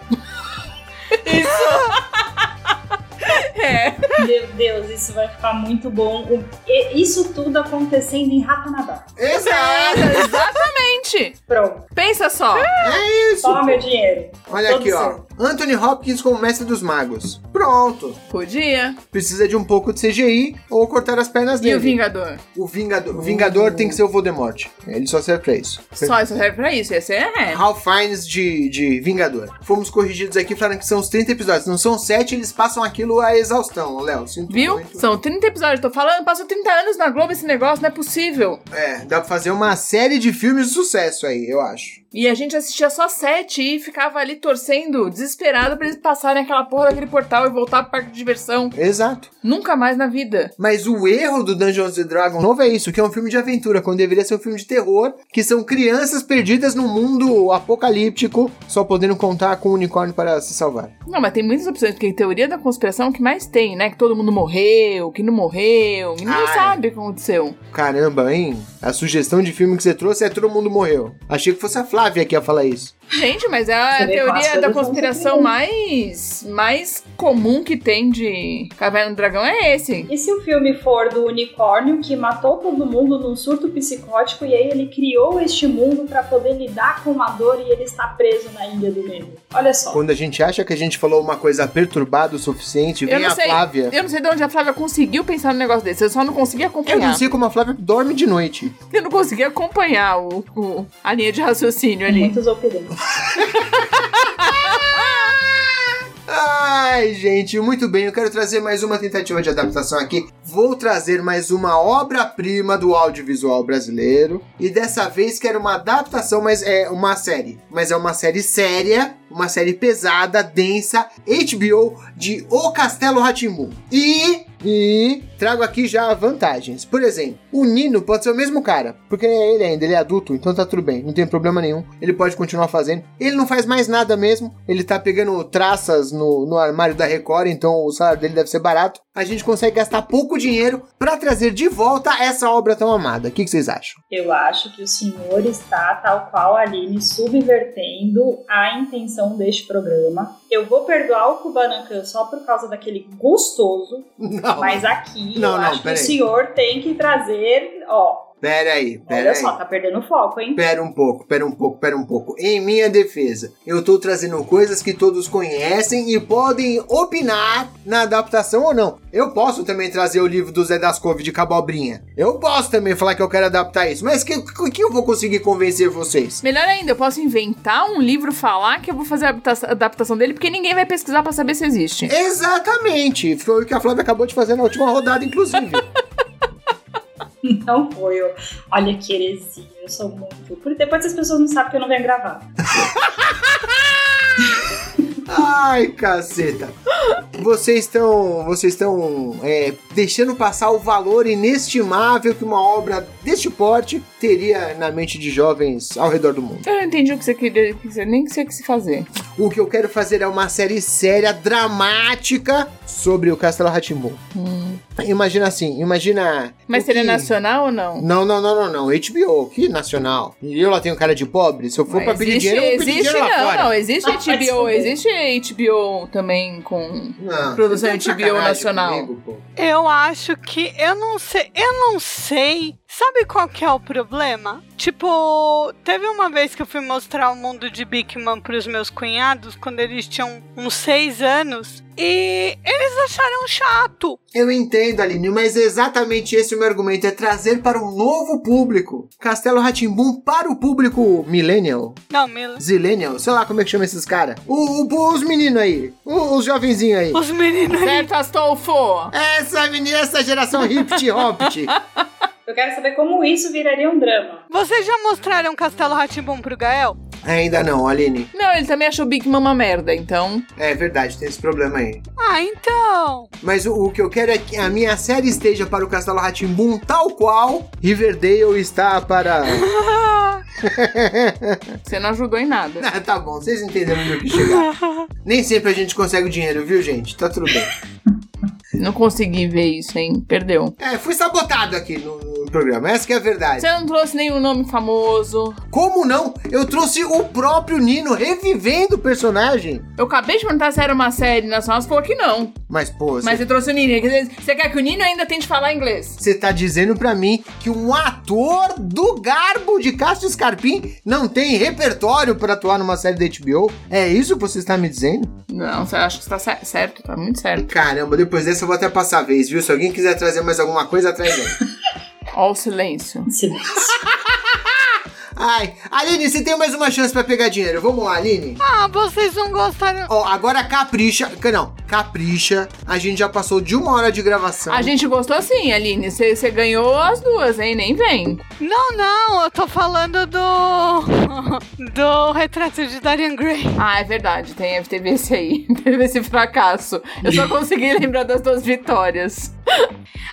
Speaker 3: Meu Deus, isso vai ficar muito bom. O- e- Isso tudo acontecendo em Rapanabá.
Speaker 1: é Exato!
Speaker 2: Exatamente!
Speaker 3: Pronto,
Speaker 2: Pensa só.
Speaker 1: É isso!
Speaker 3: toma meu dinheiro.
Speaker 1: Olha
Speaker 3: Todo
Speaker 1: aqui, ó.
Speaker 3: seu.
Speaker 1: Anthony Hopkins como mestre dos magos. Pronto.
Speaker 2: Podia.
Speaker 1: Precisa de um pouco de CGI ou cortar as pernas
Speaker 2: E
Speaker 1: dele.
Speaker 2: o Vingador?
Speaker 1: O Vingador, o Vingador tem que ser o Voldemort. Ele só serve pra isso.
Speaker 2: Só isso serve pra isso. Esse é.
Speaker 1: Ralph Fiennes de, de Vingador. Fomos corrigidos aqui, falaram que são os 30 episódios. Não são 7, eles passam aquilo a exaustão, Léo. Sinto
Speaker 2: Viu?
Speaker 1: muito.
Speaker 2: São 30 episódios, tô falando. Passou 30 anos na Globo esse negócio, não é possível.
Speaker 1: É, dá pra fazer uma série de filmes de sucesso aí, eu acho.
Speaker 2: E a gente assistia só sete e ficava ali torcendo, desesperado pra eles passarem aquela porra daquele portal e voltar pro parque de diversão.
Speaker 1: Exato.
Speaker 2: Nunca mais na vida.
Speaker 1: Mas o erro do Dungeons and Dragons novo é isso, que é um filme de aventura, quando deveria ser um filme de terror, que são crianças perdidas num mundo apocalíptico, só podendo contar com o unicórnio para se salvar.
Speaker 2: Não, mas tem muitas opções, porque teoria da conspiração é o que mais tem, né? Que todo mundo morreu, que não morreu, e ninguém
Speaker 1: Ai.
Speaker 2: sabe o que aconteceu.
Speaker 1: Caramba, hein? A sugestão de filme que você trouxe é Todo Mundo Morreu. Achei que fosse a Flávia que ia falar isso.
Speaker 2: Gente, mas é a
Speaker 3: Você vê quase
Speaker 2: teoria
Speaker 3: todas
Speaker 2: da
Speaker 3: as
Speaker 2: conspiração
Speaker 3: opções.
Speaker 2: mais, mais comum que tem de Caverna do Dragão é esse.
Speaker 3: E se o filme for do unicórnio que matou todo mundo num surto psicótico e aí ele criou este mundo pra poder lidar com a dor e ele está preso na ilha do medo? Olha só.
Speaker 1: Quando a gente acha que a gente falou uma coisa perturbada o suficiente,
Speaker 2: Eu
Speaker 1: vem
Speaker 2: não
Speaker 1: a
Speaker 2: sei.
Speaker 1: Flávia.
Speaker 2: Eu não sei de onde a Flávia conseguiu pensar no negócio desse, eu só não consegui
Speaker 1: Eu
Speaker 2: acompanhar.
Speaker 1: não sei como a Flávia dorme de noite.
Speaker 2: Eu não consegui acompanhar o, o- a linha de raciocínio ali.
Speaker 3: Muitos opiniões.
Speaker 1: Ai, gente, muito bem. Eu quero trazer mais uma tentativa de adaptação aqui. Vou trazer mais uma obra-prima do audiovisual brasileiro. E dessa vez quero uma adaptação, mas é uma série. Mas é uma série séria, uma série pesada, densa, HBO de O Castelo Ratimbu. E. E trago aqui já vantagens. Por exemplo, o Nino pode ser o mesmo cara, porque é ele ainda, ele é adulto, então tá tudo bem, não tem problema nenhum. Ele pode continuar fazendo. Ele não faz mais nada mesmo, ele tá pegando traças no, no armário da Record, então o salário dele deve ser barato. A gente consegue gastar pouco dinheiro pra trazer de volta essa obra tão amada. O que, que vocês acham?
Speaker 3: Eu acho que o senhor está, tal qual a Aline, subvertendo a intenção deste programa. Eu vou perdoar o Kubanacan só por causa daquele gostoso,
Speaker 1: Não,
Speaker 3: mas aqui
Speaker 1: Não,
Speaker 3: eu
Speaker 1: não,
Speaker 3: acho que
Speaker 1: peraí.
Speaker 3: o senhor tem que trazer. Ó,
Speaker 1: pera aí,
Speaker 3: olha
Speaker 1: pera aí.
Speaker 3: só, tá perdendo foco, hein?
Speaker 1: Pera um pouco, pera um pouco, pera um pouco. Em minha defesa, eu tô trazendo coisas que todos conhecem e podem opinar na adaptação ou não. Eu posso também trazer o livro do Zé das Couve de Cabobrinha. Eu posso também falar que eu quero adaptar isso, mas que, que, que eu vou conseguir convencer vocês?
Speaker 2: Melhor ainda, eu posso inventar um livro, falar que eu vou fazer a adapta- adaptação dele, porque ninguém vai pesquisar pra saber se existe.
Speaker 1: Exatamente! Foi o que a Flávia acabou de fazer na última rodada, inclusive.
Speaker 3: Não foi eu. um Olha que heresia, eu sou muito. Porque depois as pessoas não sabem que eu não venho gravar.
Speaker 1: Ai, caceta. Vocês estão, vocês estão é, deixando passar o valor inestimável que uma obra deste porte teria na mente de jovens ao redor do mundo.
Speaker 2: Eu não entendi o que você queria dizer, nem sei o que se fazer.
Speaker 1: O que eu quero fazer é uma série séria, dramática sobre o Castelo Ratimbun. Imagina assim, imagina.
Speaker 2: Hum. Mas
Speaker 1: o
Speaker 2: seria
Speaker 1: que-
Speaker 2: nacional ou não?
Speaker 1: Não, não, não, não, não. HBO, que nacional. E eu lá tenho cara de pobre. Se eu for
Speaker 2: Mas
Speaker 1: pra pedir
Speaker 2: existe,
Speaker 1: dinheiro, eu vou pedir
Speaker 2: existe
Speaker 1: dinheiro lá
Speaker 2: não,
Speaker 1: fora.
Speaker 2: não, existe
Speaker 3: Ah, vai se
Speaker 2: HBO,
Speaker 3: fuder.
Speaker 2: existe HBO também com
Speaker 1: Não,
Speaker 2: Produção
Speaker 1: vocês estão de
Speaker 2: HBO
Speaker 1: sacanagem
Speaker 2: nacional.
Speaker 1: comigo, pô.
Speaker 4: Eu acho que eu não sei, eu não sei. Sabe qual que é o problema? Tipo, teve uma vez que eu fui mostrar o mundo de Big Man pros meus cunhados quando eles tinham uns seis anos e eles acharam chato.
Speaker 1: Eu entendo, Aline, mas é exatamente esse o meu argumento: é trazer para um novo público. Castelo Ratimbum para o público Millennial,
Speaker 4: Não, Mila.
Speaker 1: Zillennial, sei lá como é que chama esses caras. Os meninos aí, o- os jovenzinhos aí.
Speaker 4: Os meninos.
Speaker 2: Certo, Astolfo?
Speaker 1: Essa menina, essa geração hip hop.
Speaker 3: Eu quero saber como isso viraria um drama.
Speaker 4: Vocês já mostraram Castelo Ratimbum pro Gael?
Speaker 1: Ainda não, Aline.
Speaker 2: Não, ele também achou Big Mama merda, então.
Speaker 1: É verdade, tem esse problema aí.
Speaker 4: Ah, então.
Speaker 1: Mas o, o que eu quero é que a minha série esteja para o Castelo Ratimbum tal qual Riverdale está para.
Speaker 2: Você não ajudou em nada.
Speaker 1: Ah, tá bom, vocês entenderam onde eu quis chegar. Nem sempre a gente consegue o dinheiro, viu, gente? Tá tudo bem.
Speaker 2: Não consegui ver isso, hein? Perdeu.
Speaker 1: É, fui sabotado aqui no, no do programa. Essa que é a verdade.
Speaker 2: Você não trouxe nenhum nome famoso.
Speaker 1: Como não? Eu trouxe o próprio Nino revivendo o personagem.
Speaker 2: Eu acabei de perguntar se era uma série nacional, você falou que não.
Speaker 1: Mas, pô, você
Speaker 2: Mas você trouxe o Nino. Quer dizer, Você quer que o Nino ainda tente falar inglês?
Speaker 1: Você tá dizendo pra mim que um ator do garbo de Cássio Scarpim não tem repertório pra atuar numa série da HBO? É isso que você está me dizendo?
Speaker 2: Não, você acha que você tá cer- certo, tá muito certo.
Speaker 1: Caramba, depois dessa eu vou até passar a vez, viu? Se alguém quiser trazer mais alguma coisa, traz aí.
Speaker 2: Ó o silêncio.
Speaker 3: Silêncio.
Speaker 1: Ai, Aline, você tem mais uma chance pra pegar dinheiro. Vamos lá, Aline.
Speaker 4: Ah, vocês não gostaram.
Speaker 1: Ó, agora capricha. Não, capricha. A gente já passou de uma hora de gravação.
Speaker 2: A gente gostou sim, Aline. Você você ganhou as duas, hein? Nem vem.
Speaker 4: Não, não, eu tô falando do. do retrato de Dorian Gray.
Speaker 2: Ah, é verdade. Tem, teve esse aí. Teve esse fracasso. Eu só consegui lembrar das duas vitórias.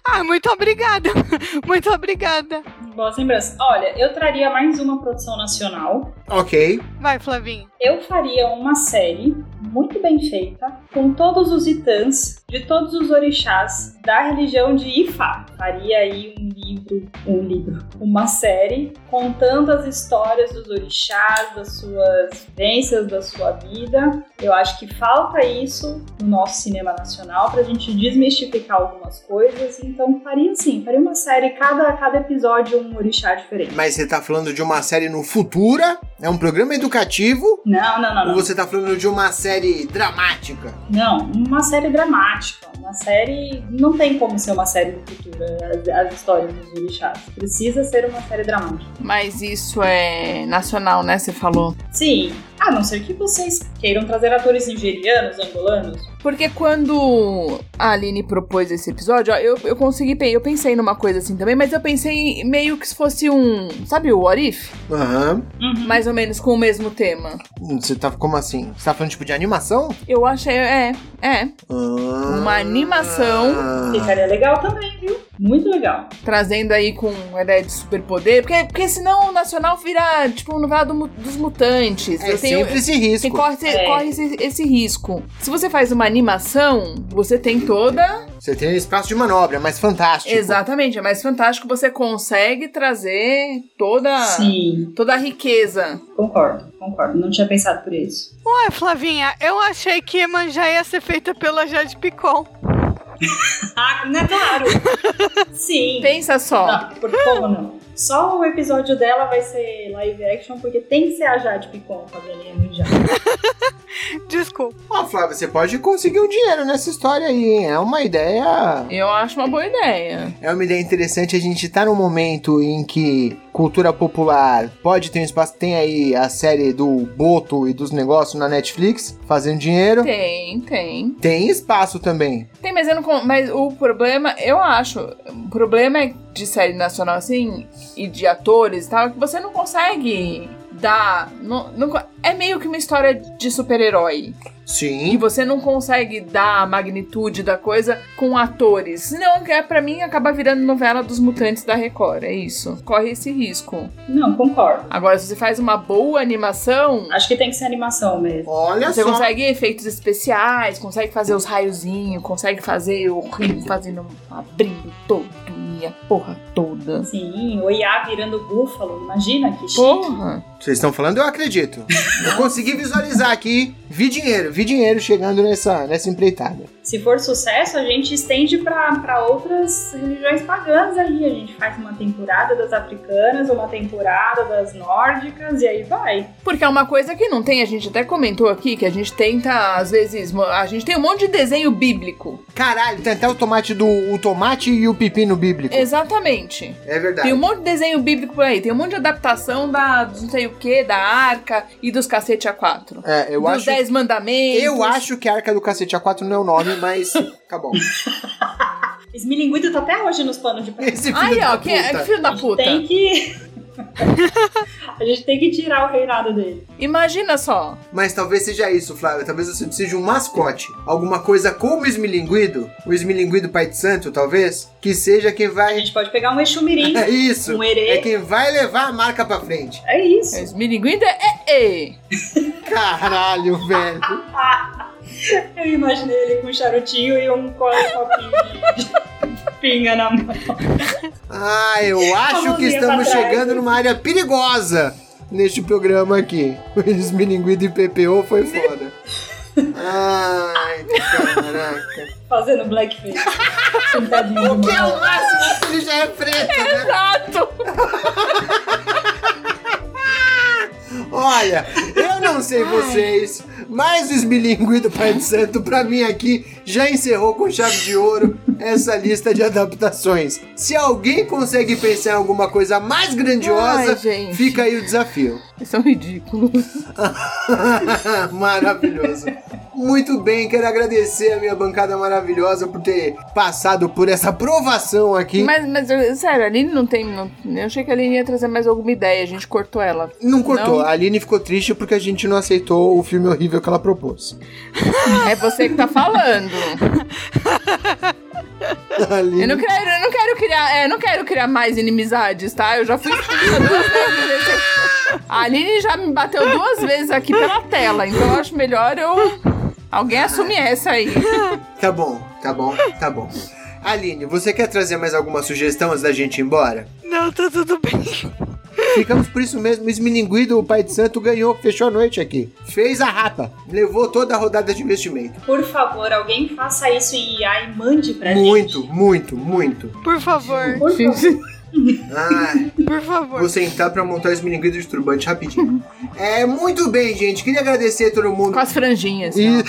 Speaker 4: Ah, muito obrigada. Muito obrigada.
Speaker 3: Boas lembranças. Olha, eu traria mais uma produção nacional.
Speaker 1: Ok.
Speaker 4: Vai, Flavinho.
Speaker 3: Eu faria uma série muito bem feita com todos os itãs de todos os orixás da religião de Ifá. Faria aí um livro, um livro, uma série contando as histórias dos orixás, das suas vivências, da sua vida. Eu acho que falta isso no nosso cinema nacional pra gente desmistificar algumas coisas. Então faria assim, faria uma série cada cada episódio um orixá diferente.
Speaker 1: Mas você tá falando de uma série no Futura? É um programa educativo?
Speaker 3: Não, não, não, não.
Speaker 1: Ou você tá falando de uma série dramática?
Speaker 3: Não, uma série dramática. Uma série. Não tem como ser uma série do futuro, as, as histórias dos orixás. Precisa ser uma série dramática.
Speaker 2: Mas isso é nacional, né? Você falou.
Speaker 3: Sim, a não ser que vocês queiram trazer atores nigerianos, angolanos.
Speaker 2: Porque quando a Aline propôs esse episódio, ó, eu, eu consegui. pe- Eu pensei numa coisa assim também, mas eu pensei meio que se fosse um. Sabe o What If?
Speaker 1: Aham.
Speaker 3: Uhum.
Speaker 2: Mais ou menos com o mesmo tema.
Speaker 1: Hum, Você tá como assim? Você tá falando tipo de animação? Ah.
Speaker 2: Eu achei. É, é.
Speaker 1: Uma
Speaker 2: animação.
Speaker 3: Ficaria legal também, viu? Muito legal.
Speaker 2: Trazendo aí com uma ideia de superpoder. Porque, porque senão o nacional vira, tipo, um novela do mu- dos mutantes.
Speaker 1: É
Speaker 2: eu tenho.
Speaker 1: sempre esse risco.
Speaker 2: Você corre, você
Speaker 3: É.
Speaker 2: corre esse, esse risco. Se você faz uma animação, você tem toda.
Speaker 1: Você tem um espaço de manobra, mas fantástico.
Speaker 2: Exatamente, é mais fantástico. Você consegue trazer
Speaker 3: Ah.
Speaker 2: toda,
Speaker 3: Sim,
Speaker 2: toda a riqueza.
Speaker 3: concordo, concordo. Não tinha pensado por isso.
Speaker 4: Ué, Flavinha, eu achei que Iemanjá ia ser feita pela Jade Picon.
Speaker 3: Ah, não é claro! Sim. Ah.
Speaker 2: Pensa só.
Speaker 3: Não, por como não? Só o episódio dela vai ser live action, porque tem que ser a Jade Picon fazendo Iemanjá.
Speaker 4: Desculpa.
Speaker 1: Ó, Flávia, você pode conseguir um dinheiro nessa história aí, hein? É uma ideia.
Speaker 2: Eu acho uma boa ideia.
Speaker 1: É uma ideia interessante. A gente tá num momento em que cultura popular pode ter um espaço. Tem aí a série do Boto e dos negócios na Netflix fazendo dinheiro.
Speaker 2: Tem, tem.
Speaker 1: Tem espaço também.
Speaker 2: Tem, mas eu não. con- Mas o problema, eu acho. O problema é de série nacional assim, e de atores e tal, é que você não consegue dar. não- não co- é meio que uma história de super-herói. E
Speaker 1: Sim.
Speaker 2: você não consegue dar a magnitude da coisa com atores. Senão, é, pra mim, acaba virando novela dos mutantes da Record. É isso. Corre esse risco.
Speaker 3: Não, concordo.
Speaker 2: Agora, se você faz uma boa animação.
Speaker 3: Acho que tem que ser animação mesmo.
Speaker 1: Olha
Speaker 2: Você
Speaker 1: só.
Speaker 2: consegue efeitos especiais, consegue fazer os raiozinhos, consegue fazer o rio fazendo abrindo todo e a porra toda.
Speaker 3: Sim, Assim, o Iá virando búfalo, imagina que chique.
Speaker 2: Porra!
Speaker 1: Vocês estão falando, eu acredito. Eu consegui visualizar aqui. Vi dinheiro, vi dinheiro chegando nessa, nessa empreitada.
Speaker 3: Se for sucesso, a gente estende pra pra outras religiões pagãs aí. A gente faz uma temporada das africanas, uma temporada das nórdicas e aí vai.
Speaker 2: Porque é uma coisa que não tem, a gente até comentou aqui que a gente tenta, às vezes, mo- a gente tem um monte de desenho bíblico.
Speaker 1: Caralho, tem até o tomate do o tomate e o pepino bíblico.
Speaker 2: Exatamente.
Speaker 1: É verdade.
Speaker 2: Tem um monte de desenho bíblico por aí, tem um monte de adaptação da dos não sei o que, da arca e dos cacete a quatro.
Speaker 1: É, eu
Speaker 2: dos
Speaker 1: acho.
Speaker 2: Dez Mandamentos.
Speaker 1: Eu acho que a Arca do Cacete A4 não é o nome, mas tá bom.
Speaker 3: Esmilinguido tá até hoje nos panos de prato.
Speaker 1: Esse filho
Speaker 2: Aí,
Speaker 1: da
Speaker 2: ó, que, é- que
Speaker 1: puta.
Speaker 2: filho da puta.
Speaker 3: Tem que. a gente tem que tirar o reinado dele.
Speaker 2: Imagina só.
Speaker 1: Mas talvez seja isso, Flávio. Talvez você seja um mascote. Alguma coisa como o Esmilinguido, o Esmilinguido Pai de Santo, talvez, que seja quem
Speaker 3: A
Speaker 1: vai.
Speaker 3: gente pode pegar um Exumirim,
Speaker 1: É isso.
Speaker 3: um
Speaker 1: É
Speaker 3: Herê.
Speaker 1: quem vai levar a marca pra frente.
Speaker 3: É isso.
Speaker 2: Esmilinguido é, é, é.
Speaker 1: Caralho, velho.
Speaker 3: Eu imaginei ele com um charutinho e um co- copinho de- de pinga na mão.
Speaker 1: Ah, eu acho que
Speaker 3: mãozinha
Speaker 1: estamos
Speaker 3: pra trás.
Speaker 1: chegando numa área perigosa neste programa aqui. Eles Milinguido e PPO foi foda. Ai, caraca.
Speaker 3: Fazendo blackface. Sentadinho de mão.
Speaker 1: Ele já é preto, né?
Speaker 2: Exato!
Speaker 1: Olha, eu não sei vocês, mas o Esmilingue do Pai do Santo, pra mim aqui, já encerrou com chave de ouro essa lista de adaptações. Se alguém consegue pensar em alguma coisa mais grandiosa,
Speaker 2: Ai, gente.
Speaker 1: fica aí o desafio.
Speaker 2: Eles são ridículos.
Speaker 1: Maravilhoso. Muito bem, quero agradecer a minha bancada maravilhosa por ter passado por essa provação aqui.
Speaker 2: Mas, mas, sério, a Aline não tem. não- eu achei que a Aline ia trazer mais alguma ideia, a gente cortou ela.
Speaker 1: Não cortou.
Speaker 2: Não.
Speaker 1: A Aline ficou triste porque a gente não aceitou o filme horrível que ela propôs.
Speaker 2: É você que tá falando.
Speaker 1: A Aline...
Speaker 2: Eu não quero, eu não quero criar, é, eu não quero criar mais inimizades, tá? Eu já fui expulsa duas vezes. nesse- A Aline já me bateu duas vezes aqui pela tela, então eu acho melhor eu alguém assume essa aí.
Speaker 1: Tá bom, tá bom, tá bom. Aline, você quer trazer mais alguma sugestão antes da gente ir embora?
Speaker 4: Não, tá tudo bem.
Speaker 1: Ficamos por isso mesmo. Esmilinguido, o pai de santo, ganhou, fechou a noite aqui. Fez a rapa, levou toda a rodada de investimento.
Speaker 3: Por favor, alguém faça isso em IA e mande pra
Speaker 1: Muito,
Speaker 3: É gente.
Speaker 1: muito, muito.
Speaker 4: Por favor,
Speaker 3: Por favor.
Speaker 1: Ai.
Speaker 4: por favor.
Speaker 1: Vou sentar pra montar os milinguidos de turbante rapidinho. é, muito bem, gente. Queria agradecer a todo mundo.
Speaker 2: Com as franjinhas. assim,
Speaker 1: E-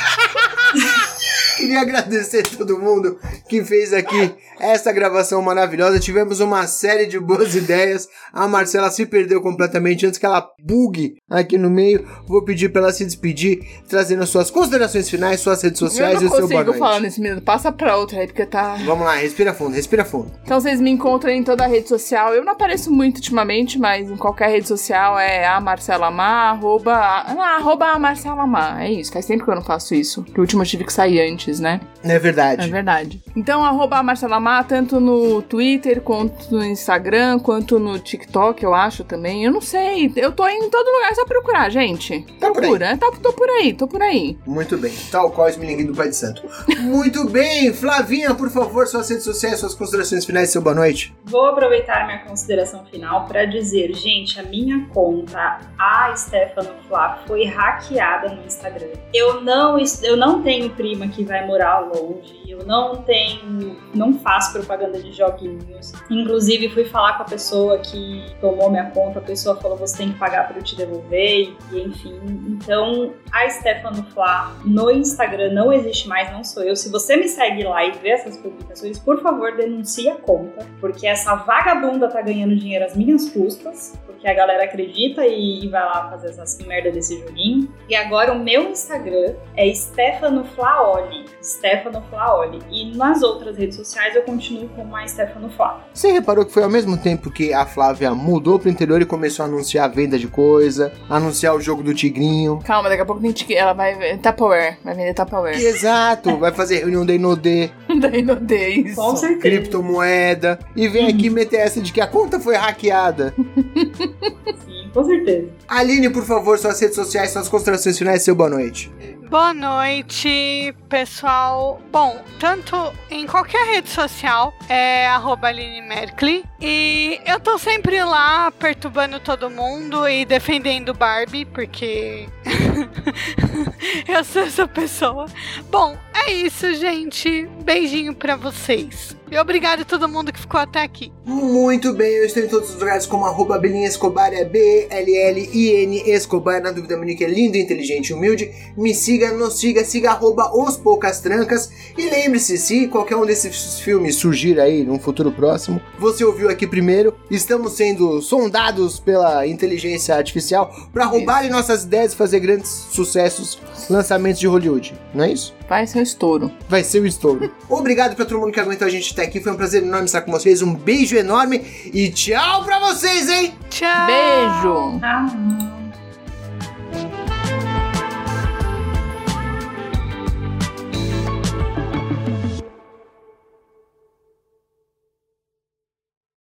Speaker 1: Queria agradecer a todo mundo que fez aqui essa gravação maravilhosa. Tivemos uma série de boas ideias. A Marcela se perdeu completamente antes que ela bugue aqui no meio. Vou pedir pra ela se despedir, trazendo as suas considerações finais, suas redes sociais
Speaker 2: eu
Speaker 1: e
Speaker 2: não
Speaker 1: o seu boa
Speaker 2: consigo
Speaker 1: noite.
Speaker 2: falar nesse minuto. Passa pra outra aí, porque tá.
Speaker 1: Vamos lá, respira fundo, respira fundo.
Speaker 2: Então vocês me encontram em toda a rede social. Eu não apareço muito ultimamente, mas em qualquer rede social é a Marcela Mar, arroba, ah, arroba a Marcela Mar. É isso, faz tempo que eu não faço isso. Porque o último eu tive que sair antes, né?
Speaker 1: É verdade.
Speaker 2: É verdade. Então, arroba a Marcela Mar, tanto no Twitter, quanto no Instagram, quanto no TikTok, eu acho também. Eu não sei. Eu tô em todo lugar, é só procurar, gente.
Speaker 1: Tá por aí.
Speaker 2: Procura. Tá, tô por aí, tô por aí.
Speaker 1: Muito bem. Tal qual os milinguinhos do Pai de Santo. Muito bem. Flavinha, por favor, suas redes sociais, suas considerações finais e seu boa noite.
Speaker 3: Vou aproveitar a minha consideração final para dizer, gente, a minha conta, a Stefano Flá, foi hackeada no Instagram. Eu não, es- eu não tenho prima que vai morar longe, eu não tenho, não faço propaganda de joguinhos. Inclusive, fui falar com a pessoa que tomou minha conta, a pessoa falou, você tem que pagar para eu te devolver, e enfim. Então, a Stefano Flá no Instagram não existe mais, não sou eu. Se você me segue lá e vê essas publicações, por favor, denuncie a conta, porque essa vagabunda tá ganhando dinheiro às minhas custas, porque a galera acredita e, e vai lá fazer essas merda desse joguinho. E agora o meu Instagram é Stefano Flaoli, Stefano Flaoli. E nas outras redes sociais eu continuo como a Stefano Fla.
Speaker 1: Você reparou que foi ao mesmo tempo que a Flávia mudou pro interior e começou a anunciar a venda de coisa, anunciar o jogo do Tigrinho.
Speaker 2: Calma, daqui a pouco tem que. Ela vai. Tupperware. Vai vender Tupperware.
Speaker 1: Exato, vai fazer reunião da Inodê,
Speaker 2: Daí não dei isso.
Speaker 3: Com certeza.
Speaker 1: criptomoeda, e vem aqui meter essa de que a conta foi hackeada.
Speaker 3: Sim, com certeza.
Speaker 1: Aline, por favor, suas redes sociais, suas considerações finais e seu boa noite.
Speaker 4: Boa noite, pessoal. Bom, tanto em qualquer rede social é arroba Aline Merkley. E eu tô sempre lá perturbando todo mundo e defendendo Barbie, porque eu sou essa pessoa. Bom, é isso, gente. Beijinho pra vocês. E obrigado a todo mundo que ficou até aqui.
Speaker 1: Muito bem, eu estou em todos os lugares como arroba Belinha Escobar, é B-E-L-L-I-N Escobar, na dúvida, Monique é lindo, inteligente e humilde. Me siga, nos siga, siga arroba Os Poucas Trancas. E lembre-se, se qualquer um desses filmes surgir aí num futuro próximo, você ouviu aqui primeiro, estamos sendo sondados pela inteligência artificial para roubarem nossas ideias e fazer grandes sucessos, lançamentos de Hollywood, não é isso?
Speaker 2: Vai ser um estouro.
Speaker 1: Vai ser o estouro. Obrigado pra todo mundo que aguentou a gente até aqui. Foi um prazer enorme estar com vocês. Um beijo enorme e tchau pra vocês, hein?
Speaker 4: Tchau!
Speaker 2: Beijo!
Speaker 3: Ah,